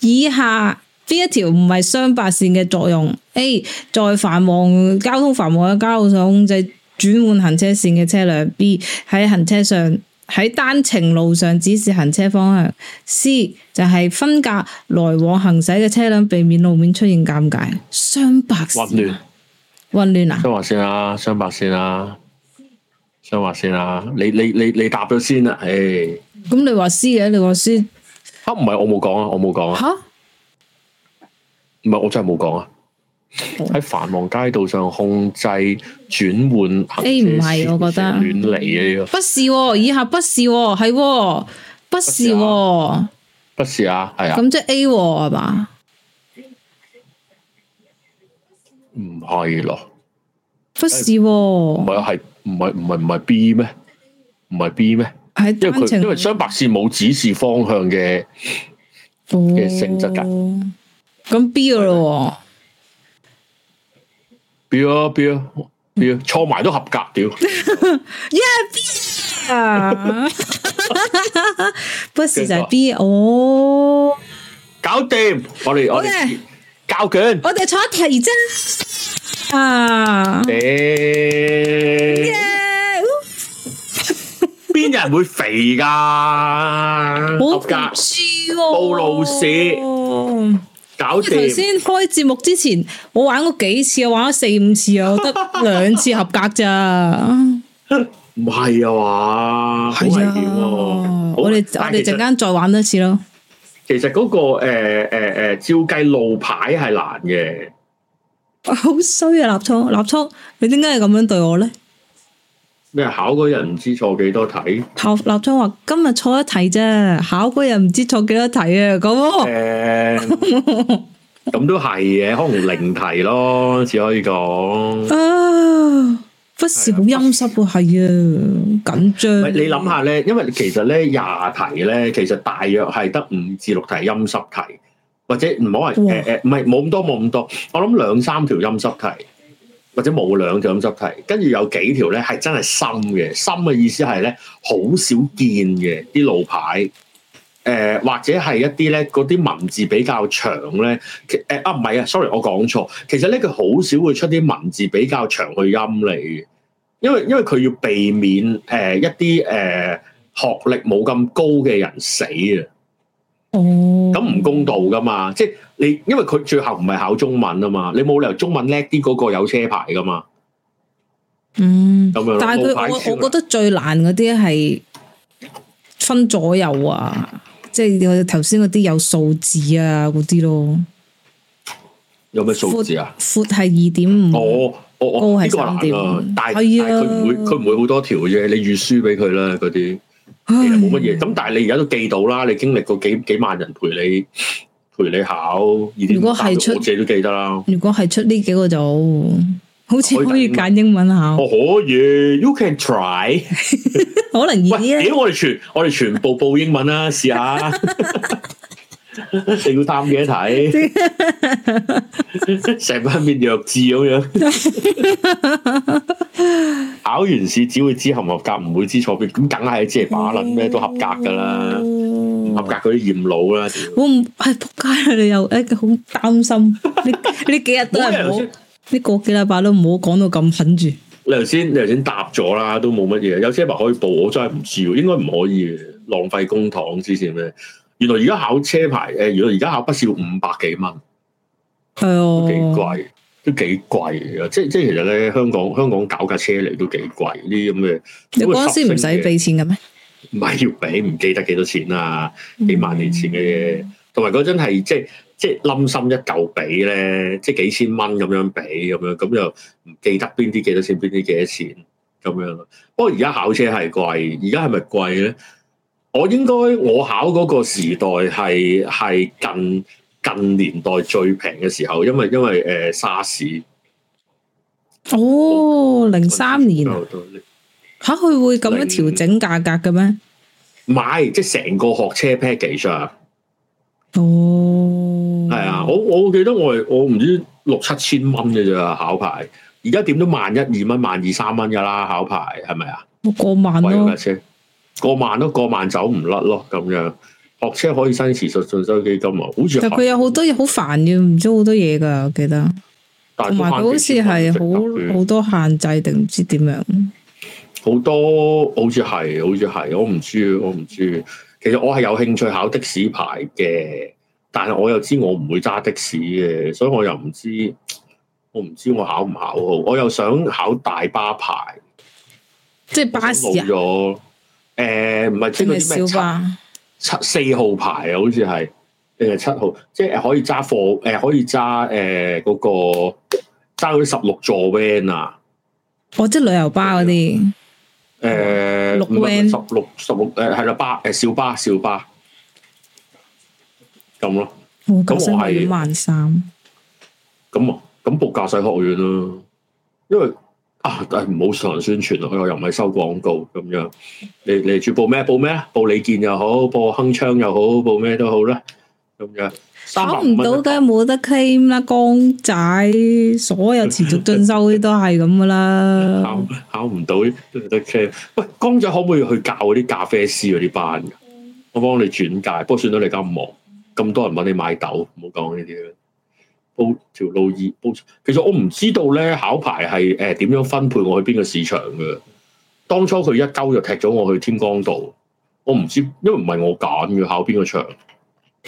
[SPEAKER 2] 以下邊一條唔係雙白線嘅作用？A 在繁忙交通繁忙嘅交通上控制轉換行車線嘅車輛；B 喺行車上喺單程路上指示行車方向；C 就係分隔來往行駛嘅車輛，避免路面出現尷尬。雙白
[SPEAKER 1] 混
[SPEAKER 2] 線
[SPEAKER 1] 亂
[SPEAKER 2] 啊，混亂啊！
[SPEAKER 1] 雙白線啦，雙白線啦，雙白線啦，你你你你答咗先啦，誒，
[SPEAKER 2] 咁你話 C 嘅，你話 C
[SPEAKER 1] 啊唔係我冇講啊，我冇講啊，
[SPEAKER 2] 吓？
[SPEAKER 1] 唔係我真係冇講啊，喺繁忙街道上控制轉換行車
[SPEAKER 2] A 唔係
[SPEAKER 1] 線
[SPEAKER 2] 我覺得
[SPEAKER 1] 亂嚟嘅呢個，
[SPEAKER 2] 不是喎，以下不是喎，係喎，不是
[SPEAKER 1] 不是
[SPEAKER 2] 喎，
[SPEAKER 1] 不是啊，係啊，
[SPEAKER 2] 咁即係 A 喎係嘛？
[SPEAKER 1] 唔係咯，
[SPEAKER 2] 不是
[SPEAKER 1] 唔
[SPEAKER 2] 喎，
[SPEAKER 1] 係係唔係唔係唔係 B 咩？唔係 B 咩？
[SPEAKER 2] 喺
[SPEAKER 1] 因為
[SPEAKER 2] 單
[SPEAKER 1] 佢
[SPEAKER 2] 程
[SPEAKER 1] 因為雙白線冇指示方向嘅，
[SPEAKER 2] 嘅
[SPEAKER 1] 性質㗎
[SPEAKER 2] 咁 B 噶咯
[SPEAKER 1] 標啊標啊標啊，錯埋都合格屌，
[SPEAKER 2] 喎，yeah B 啊，不是就係 B 哦，
[SPEAKER 1] 搞掂，我哋我哋
[SPEAKER 2] OK
[SPEAKER 1] 交卷。
[SPEAKER 2] 我哋錯一題啫啊，
[SPEAKER 1] 네.誒，
[SPEAKER 2] Yeah，
[SPEAKER 1] 邊有人會肥噶？
[SPEAKER 2] 好
[SPEAKER 1] 合
[SPEAKER 2] 唔知
[SPEAKER 1] 格，
[SPEAKER 2] 喎，
[SPEAKER 1] 布魯士搞
[SPEAKER 2] 因為頭
[SPEAKER 1] 掂。
[SPEAKER 2] 先開節目之前，我玩過幾次啊，玩咗四五次啊，我得兩次合格咋。
[SPEAKER 1] 唔係啊嘛，好危
[SPEAKER 2] 係啊
[SPEAKER 1] 險喎！好
[SPEAKER 2] 我哋我
[SPEAKER 1] 但
[SPEAKER 2] 哋
[SPEAKER 1] 其實
[SPEAKER 2] 陣間再玩多次咯。
[SPEAKER 1] 其實嗰個誒誒誒照計路牌係難嘅，
[SPEAKER 2] 好衰啊！立倉，立倉，你點解係咁樣對我咧？
[SPEAKER 1] 咩考嗰人唔知錯幾多題？
[SPEAKER 2] 考立倉話今日錯一題啫，考嗰日唔知錯幾多題啊！咁
[SPEAKER 1] 誒，咁都係嘅，可能零題咯，只可以講。
[SPEAKER 2] 啊，不是好陰濕喎，係啊，緊
[SPEAKER 1] 唔係
[SPEAKER 2] 張。
[SPEAKER 1] 你諗下咧，因為其實咧廿題咧，其實大約係得五至六題陰濕題，或者唔好係
[SPEAKER 2] 哇
[SPEAKER 1] 誒誒，唔係冇咁多冇咁多，我諗兩三條陰濕題，或者冇兩條陰濕題，跟住有幾條咧係真係深嘅，深嘅意思係咧好少見嘅啲路牌。誒、或者係一啲咧，嗰啲文字比較長咧，其誒、啊唔係啊，sorry，我講錯。其實咧，佢好少會出啲文字比較長去陰你嘅，因為因為佢要避免誒、一啲誒、學歷冇咁高嘅人死啊，
[SPEAKER 2] 哦，
[SPEAKER 1] 咁唔公道噶嘛。即係你因為佢最後唔係考中文啊嘛，你冇理由中文叻啲嗰個有車牌噶嘛，
[SPEAKER 2] 嗯，
[SPEAKER 1] 咁樣咯
[SPEAKER 2] 但係
[SPEAKER 1] 冇牌
[SPEAKER 2] 佢
[SPEAKER 1] 照
[SPEAKER 2] 我
[SPEAKER 1] 啊
[SPEAKER 2] 我覺得最難嗰啲係分左右啊，即係我頭先嗰啲有數字啊嗰啲咯。
[SPEAKER 1] 有咩數字啊？哦
[SPEAKER 2] 闊係二點五，
[SPEAKER 1] 我我
[SPEAKER 2] 高
[SPEAKER 1] 我
[SPEAKER 2] 係
[SPEAKER 1] 呢個難
[SPEAKER 2] 三點
[SPEAKER 1] 啊
[SPEAKER 2] 五，
[SPEAKER 1] 但係
[SPEAKER 2] 係啊
[SPEAKER 1] 但係佢唔會佢唔會好多條啫，你預輸俾佢啦嗰啲。其實冇乜嘢。咁但係你而家都記到啦，你經歷過幾幾萬人陪你陪你考二點
[SPEAKER 2] 如
[SPEAKER 1] 五
[SPEAKER 2] 果係出
[SPEAKER 1] 我自己都記得啦。
[SPEAKER 2] 如果係出呢幾個就好似可以揀英文考，
[SPEAKER 1] 我可以，you can try。
[SPEAKER 2] 可能易
[SPEAKER 1] 喂，
[SPEAKER 2] 啲
[SPEAKER 1] 屌
[SPEAKER 2] 啊。
[SPEAKER 1] 我哋全我哋全部報英文啦，試下。 你要探幾多題？成班變弱智咁樣。考完試只會知合唔合格，唔會知錯邊。咁梗係知係把撚咩都合格㗎啦，唔合格嗰啲驗腦啦。屌
[SPEAKER 2] 我唔係仆街啦！你又誒好擔心， 呢呢幾日都係唔
[SPEAKER 1] 冇
[SPEAKER 2] 好
[SPEAKER 1] 啊，
[SPEAKER 2] 呢個幾禮拜都唔好講到咁狠住。
[SPEAKER 1] 你頭先你頭先答咗啦，都冇乜嘢。有車牌可以報，我真係唔知喎，應該唔可以嘅，浪費公帑之前咩？原來而家考車牌，誒、原來而家考筆試要五百幾蚊，
[SPEAKER 2] 係
[SPEAKER 1] 都幾
[SPEAKER 2] 啊，
[SPEAKER 1] 貴，都幾貴嘅。即即其實咧，香港香港搞架車嚟都幾貴，呢啲咁嘅。
[SPEAKER 2] 你嗰陣時唔
[SPEAKER 1] 咁嘅
[SPEAKER 2] 使俾錢嘅咩？
[SPEAKER 1] 唔係要俾，唔記得幾多錢啦、幾萬年前嘅嘢，同埋嗰陣係即係即係冧心一嚿俾咧，即係幾千蚊咁樣俾咁樣，咁又唔記得邊啲幾多錢，邊啲幾多錢咁樣咯。不過而家考車係貴，而家係咪貴咧？我應該我考嗰個時代係係近近年代最平嘅時候，因為因為誒、呃、沙士
[SPEAKER 2] 哦，零三年啊
[SPEAKER 1] 嗰陣時都
[SPEAKER 2] 吓，佢會咁樣調整價格嘅咩？
[SPEAKER 1] 唔係即係成個學車 package 啊！
[SPEAKER 2] 哦，
[SPEAKER 1] 係啊，我我記得我係我唔知六七千蚊嘅咋考牌，而家點都萬一二蚊、萬二三蚊噶啦考牌係咪啊？
[SPEAKER 2] 我過萬
[SPEAKER 1] 貴咗
[SPEAKER 2] 咯
[SPEAKER 1] 架，車，過萬咯，過萬走唔甩咯咁樣。學車可以申持續進修基金啊，好似
[SPEAKER 2] 但
[SPEAKER 1] 係
[SPEAKER 2] 佢有好多嘢好煩嘅，唔知好多嘢噶，我記得。
[SPEAKER 1] 但
[SPEAKER 2] 同
[SPEAKER 1] 係
[SPEAKER 2] 埋佢好似係
[SPEAKER 1] 嗯
[SPEAKER 2] 好好多限制定唔知點樣。
[SPEAKER 1] 好好多，好似係好似係，我唔知我唔知。其實我係有興趣考的士牌嘅，但係我又知我唔會揸的士嘅，所以我又唔知我唔知我考唔考好。我又想考大巴牌。
[SPEAKER 2] 即係巴士
[SPEAKER 1] 冇
[SPEAKER 2] 啊，
[SPEAKER 1] 咗，誒唔係即
[SPEAKER 2] 定
[SPEAKER 1] 係
[SPEAKER 2] 係
[SPEAKER 1] 嗰啲咩
[SPEAKER 2] 小巴？
[SPEAKER 1] 七四號牌啊，好似係定係七號，即係可以揸貨誒，可以揸誒嗰個揸嗰啲十六座 van 啊，
[SPEAKER 2] 哦，即係旅遊巴嗰啲。
[SPEAKER 1] 誒
[SPEAKER 2] 六
[SPEAKER 1] 唔係
[SPEAKER 2] van
[SPEAKER 1] 十六十六誒係啦巴誒小巴小巴咁咯，
[SPEAKER 2] 哦，
[SPEAKER 1] 咁
[SPEAKER 2] 救
[SPEAKER 1] 我
[SPEAKER 2] 生
[SPEAKER 1] 係
[SPEAKER 2] 員萬三，
[SPEAKER 1] 咁啊咁報駕駛學院咯，因為啊但係唔好常宣傳啊，我又唔係收廣告咁樣，你你住報咩報咩啊？報李健又好，報鏗鏘又好，報咩都好啦，咁樣三百
[SPEAKER 2] 考
[SPEAKER 1] 五
[SPEAKER 2] 唔到
[SPEAKER 1] 蚊。
[SPEAKER 2] 梗係冇得 claim 啦，江仔，所有持續進修嗰啲都係咁噶 啦
[SPEAKER 1] 考。考唔到都唔得 claim。喂，江仔可唔可以去教嗰啲咖啡師嗰啲班㗎？我幫你轉介，不過算到你而家忙，咁多人揾你買豆，唔好講呢啲啦。煲條路二煲，其實我唔知道咧考牌係誒點樣分配我去邊個市場嘅。當初佢一鳩就踢咗我去天光道，我唔知，因為唔係我揀嘅，考邊個場。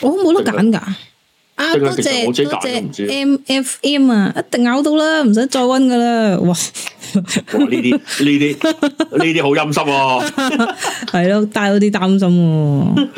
[SPEAKER 2] 我冇得揀㗎。啊，
[SPEAKER 1] 定
[SPEAKER 2] 多
[SPEAKER 1] 係其實
[SPEAKER 2] 謝
[SPEAKER 1] 我自己
[SPEAKER 2] 多
[SPEAKER 1] 揀都唔知啊
[SPEAKER 2] 謝 M F M 啊，一定咬到啦，唔使再温噶啦。 哇，
[SPEAKER 1] 哇！呢啲呢啲呢啲好陰濕喎、
[SPEAKER 2] 係咯，帶有啲擔心喎。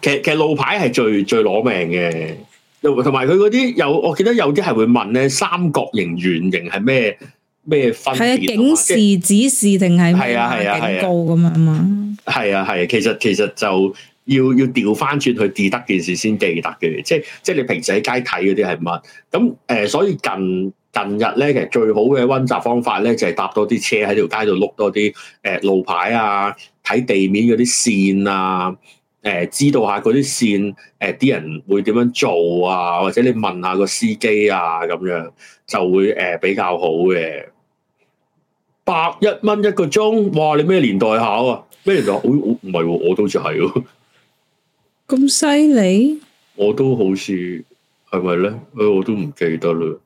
[SPEAKER 1] 其實其實路牌係最最攞命嘅，又同埋佢嗰啲有，我記得有啲係會問咧，三角形、圓形係咩咩分
[SPEAKER 2] 係啊，
[SPEAKER 1] 別嘛
[SPEAKER 2] 警示、指示定係咩
[SPEAKER 1] 係啊係啊係啊
[SPEAKER 2] 警告咁啊嘛。
[SPEAKER 1] 係啊係啊，其實其實就要要調翻轉去記得件事先記得嘅，即係即係你平時喺街睇嗰啲係乜咁誒、呃所以近近日咧，其實最好嘅温習方法咧就係、搭多啲車喺條街度碌多啲誒、呃路牌啊，睇地面嗰啲線啊，誒、知道下嗰啲線誒啲、人會點樣做啊，或者你問下個司機啊咁樣就會誒、呃比較好嘅。百一蚊一個鐘，哇！你咩年代考啊？咩年代？我我唔係喎，我都好似係喎，
[SPEAKER 2] 咁犀利？
[SPEAKER 1] 我都好似係咪咧？誒，我都唔記得啦，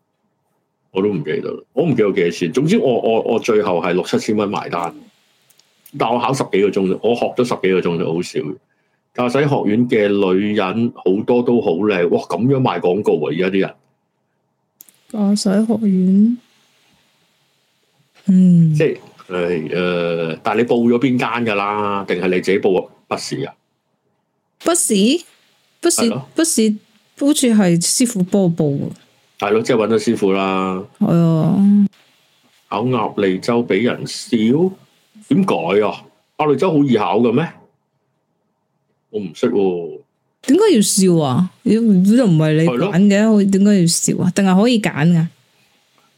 [SPEAKER 1] 我都唔記得啦，我唔記得我幾多錢。總之我我我最後係六七千蚊埋單，但我考十幾個鐘啫，我學咗十幾個鐘就好少。駕駛學院嘅女人好多都好靚，哇！咁樣賣廣告啊！而家啲人
[SPEAKER 2] 駕駛學院，嗯，
[SPEAKER 1] 即係誒誒，但係你報咗邊間㗎啦？定係你自己報啊？筆試啊？
[SPEAKER 2] 不是，不
[SPEAKER 1] 係
[SPEAKER 2] 是
[SPEAKER 1] 咯，
[SPEAKER 2] 不是，好似係師傅幫我報嘅，
[SPEAKER 1] 係咯，即係揾咗師傅啦。
[SPEAKER 2] 係啊，
[SPEAKER 1] 考鴨脷洲俾人笑，點解啊？鴨脷洲好易考嘅咩？我唔識喎，
[SPEAKER 2] 點解要笑啊？如果又唔係你
[SPEAKER 1] 係咯
[SPEAKER 2] 揀嘅，我點解要笑啊？定係可以揀噶？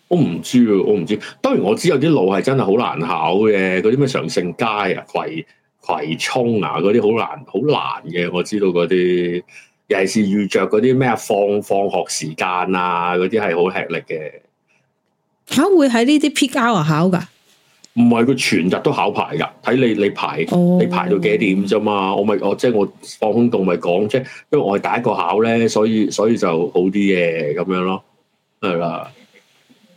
[SPEAKER 1] 我唔知啊，我唔知。當然我知有啲路係真係好難考嘅，嗰啲咩常盛街啊、葵葵涌啊嗰啲好難好難嘅，我知道嗰啲，尤其是遇着嗰啲咩放放學時間啊嗰啲係好吃力嘅。
[SPEAKER 2] 吓會喺呢啲 peak hour 考噶？
[SPEAKER 1] 唔係佢全日都考牌㗎，睇你你排、
[SPEAKER 2] 哦
[SPEAKER 1] 你排到幾點啫嘛？我咪我即係我放空洞咪講，即係因為我係第一個考咧，所以所以就好啲嘅咁樣咯，係啦，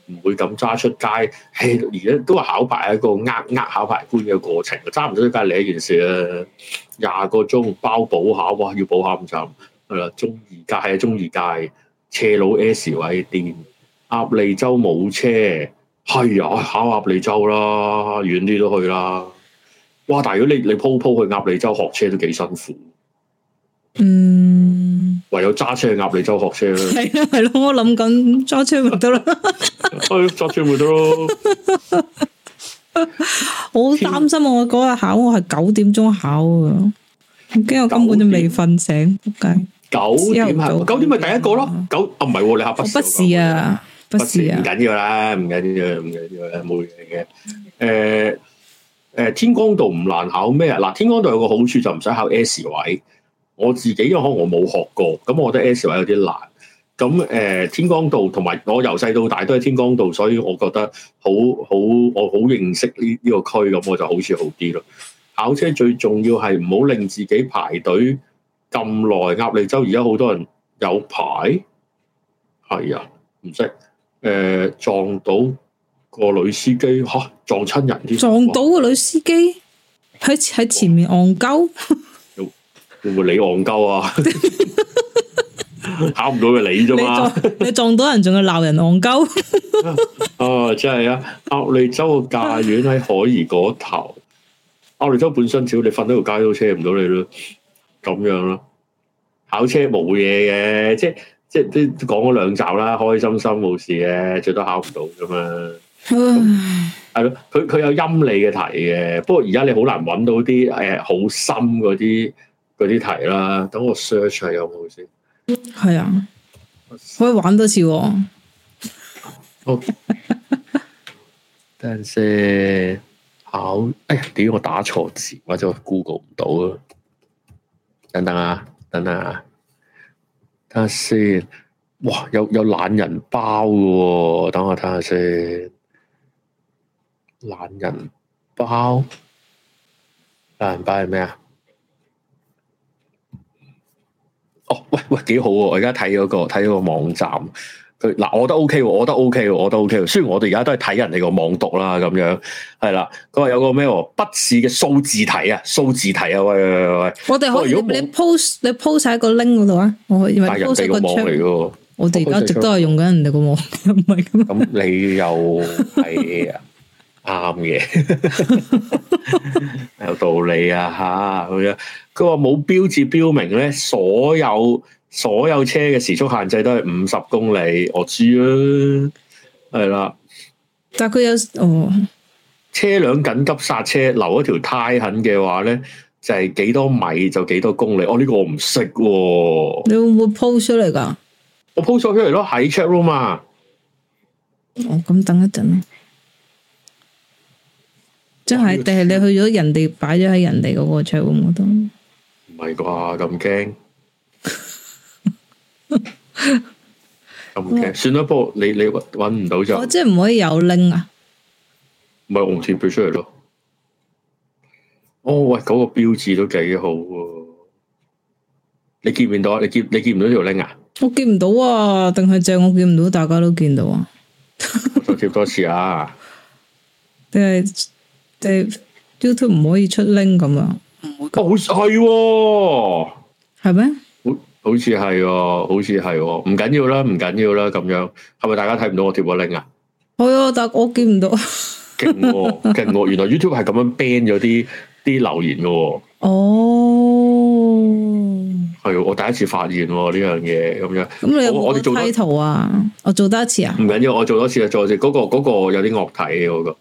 [SPEAKER 1] 唔會咁揸出街。唉，而家都話考牌係一個呃呃考牌官嘅過程，揸唔到出街另一件事啦。廿個鐘包補考，哇！要補考咁慘，係啦，中二界係啊，中二界斜路 S 位店，鴨脷洲冇車。係啊，考鴨脷洲啦，遠啲都去啦。哇！但係如果你你鋪鋪去鴨脷洲學車都幾辛苦，
[SPEAKER 2] 嗯，
[SPEAKER 1] 唯有揸車去鴨脷洲學車 啦，
[SPEAKER 2] 系咯系咯，我諗緊揸車咪得啦，
[SPEAKER 1] 去揸車咪得咯。
[SPEAKER 2] 我好擔心啊我嗰日考我係九點鐘考噶，我驚我根本就未瞓醒，仆街！
[SPEAKER 1] 九點
[SPEAKER 2] 朝
[SPEAKER 1] 係
[SPEAKER 2] 頭早嗯
[SPEAKER 1] 九點咪第一個咯，九啊唔係喎，你考
[SPEAKER 2] 我
[SPEAKER 1] 筆
[SPEAKER 2] 不是啊，不
[SPEAKER 1] 不
[SPEAKER 2] 是
[SPEAKER 1] 是
[SPEAKER 2] 啊
[SPEAKER 1] 唔，緊要啦，唔緊要，唔緊要啦，冇嘢嘅。誒、誒、天光道唔難考咩啊？嗱，天光道有個好處就唔使考 S 位。我自己因為可能我冇學過，咁我覺得 S 位有啲難。咁誒、天光道同埋我由細到大都喺天光道，所以我覺得好好我好認識呢呢個區，咁我就好似好啲咯。考車最重要係唔好令自己排隊咁耐。鴨脷洲而家好多人有排，係啊，唔識。誒、撞到個女司機嚇、撞親人啲，
[SPEAKER 2] 撞到個女司機喺喺前面戇鳩，
[SPEAKER 1] 會唔會你戇鳩啊？ 考唔到嘅你啫
[SPEAKER 2] 你
[SPEAKER 1] 嘛，
[SPEAKER 2] 撞你撞到人仲要鬧人戇鳩，
[SPEAKER 1] 啊真係啊！鴨脷洲個駕院喺海怡嗰頭，鴨脷洲本身少，你瞓喺條街都車唔到你咯，咁樣咯。考車冇嘢嘅，即係即係都講咗兩集啦，開開心心冇事嘅，最多考唔到啫嘛。
[SPEAKER 2] 唉
[SPEAKER 1] 係咯，佢佢有陰理嘅題嘅，不過而家你好難揾到啲誒好深嗰啲嗰啲題啦。等我 search 下有冇先。
[SPEAKER 2] 係啊，可以玩多次喎。
[SPEAKER 1] 好，等陣先考。哎呀，屌！我打錯字，或者我 Google 唔到啊。等等啊，等等啊，睇下先。哇，有有懶人包嘅喎、等我睇下先。懶人包，懶人包係咩啊？哦，喂喂，幾好喎！我而家睇嗰個睇嗰個網站。佢嗱，我覺得 OK 喎，我覺得 OK 喎，我覺得 OK 喎。雖然我哋而家都係睇人哋個網讀啦，咁樣係啦。佢話有個咩喎？筆試嘅數字題啊，數字題啊，喂喂喂喂，
[SPEAKER 2] 我哋可以
[SPEAKER 1] 喂如果冇
[SPEAKER 2] 你 post 你 post 喺個 link 嗰度啊，我以為
[SPEAKER 1] 但係人
[SPEAKER 2] post
[SPEAKER 1] 哋
[SPEAKER 2] 喺
[SPEAKER 1] 個
[SPEAKER 2] 個
[SPEAKER 1] 網嚟
[SPEAKER 2] chat，
[SPEAKER 1] 嘅喎。
[SPEAKER 2] 我哋而家一直都係用緊人哋個網， 唔係咁。
[SPEAKER 1] 咁你又係啊啱嘅， 有道理啊吓咁樣。佢話冇標誌標明咧，所有所有車嘅時速限制都係五十公里，我知啦，係啦。
[SPEAKER 2] 但係佢有哦，
[SPEAKER 1] 車輛緊急剎車留一條胎痕嘅話咧，就係、幾多米就幾多公里。哦，呢、個我唔識喎，
[SPEAKER 2] 你會唔會 post 出嚟㗎？
[SPEAKER 1] 我 post 咗出嚟咯喺 chat room 啊。
[SPEAKER 2] 哦，咁等一陣啦。真
[SPEAKER 1] 哇呢
[SPEAKER 2] 係
[SPEAKER 1] 個
[SPEAKER 2] 定係你去咗人哋擺咗喺人哋嗰個 chat room 嗰度？
[SPEAKER 1] 唔係啩？咁驚？咁驚？算啦，不過你你揾唔到就
[SPEAKER 2] 我即係唔可以有 link 啊！
[SPEAKER 1] 唔係我唔貼佢出嚟咯。哦，喂，嗰、個標誌都幾好喎、你見唔見到啊？你見你見唔到條 link 啊？
[SPEAKER 2] 我見唔到啊，定係正我見唔到，大家都見到啊？
[SPEAKER 1] 我再貼多次啊！
[SPEAKER 2] 定係定係 YouTube 唔可以出 link 咁啊？
[SPEAKER 1] 哦，好係喎、
[SPEAKER 2] 係咩？
[SPEAKER 1] 好好似係喎，好似係喎，唔緊要啦，唔緊要啦，咁樣係咪大家睇唔到我貼個 link 啊？
[SPEAKER 2] 係啊，但我見唔到。
[SPEAKER 1] 勁喎， 勁喎！原來 YouTube 係咁樣 ban 咗啲啲留言嘅喎，
[SPEAKER 2] 哦。
[SPEAKER 1] 係喎我第一次發現喎呢樣嘢咁樣。
[SPEAKER 2] 咁你有
[SPEAKER 1] 我我哋
[SPEAKER 2] 冇
[SPEAKER 1] 做
[SPEAKER 2] 個
[SPEAKER 1] 得
[SPEAKER 2] title 啊？我做多一次啊？
[SPEAKER 1] 唔緊要，我做多次啦，做多次。嗰、個嗰個有啲樂體嘅嗰個，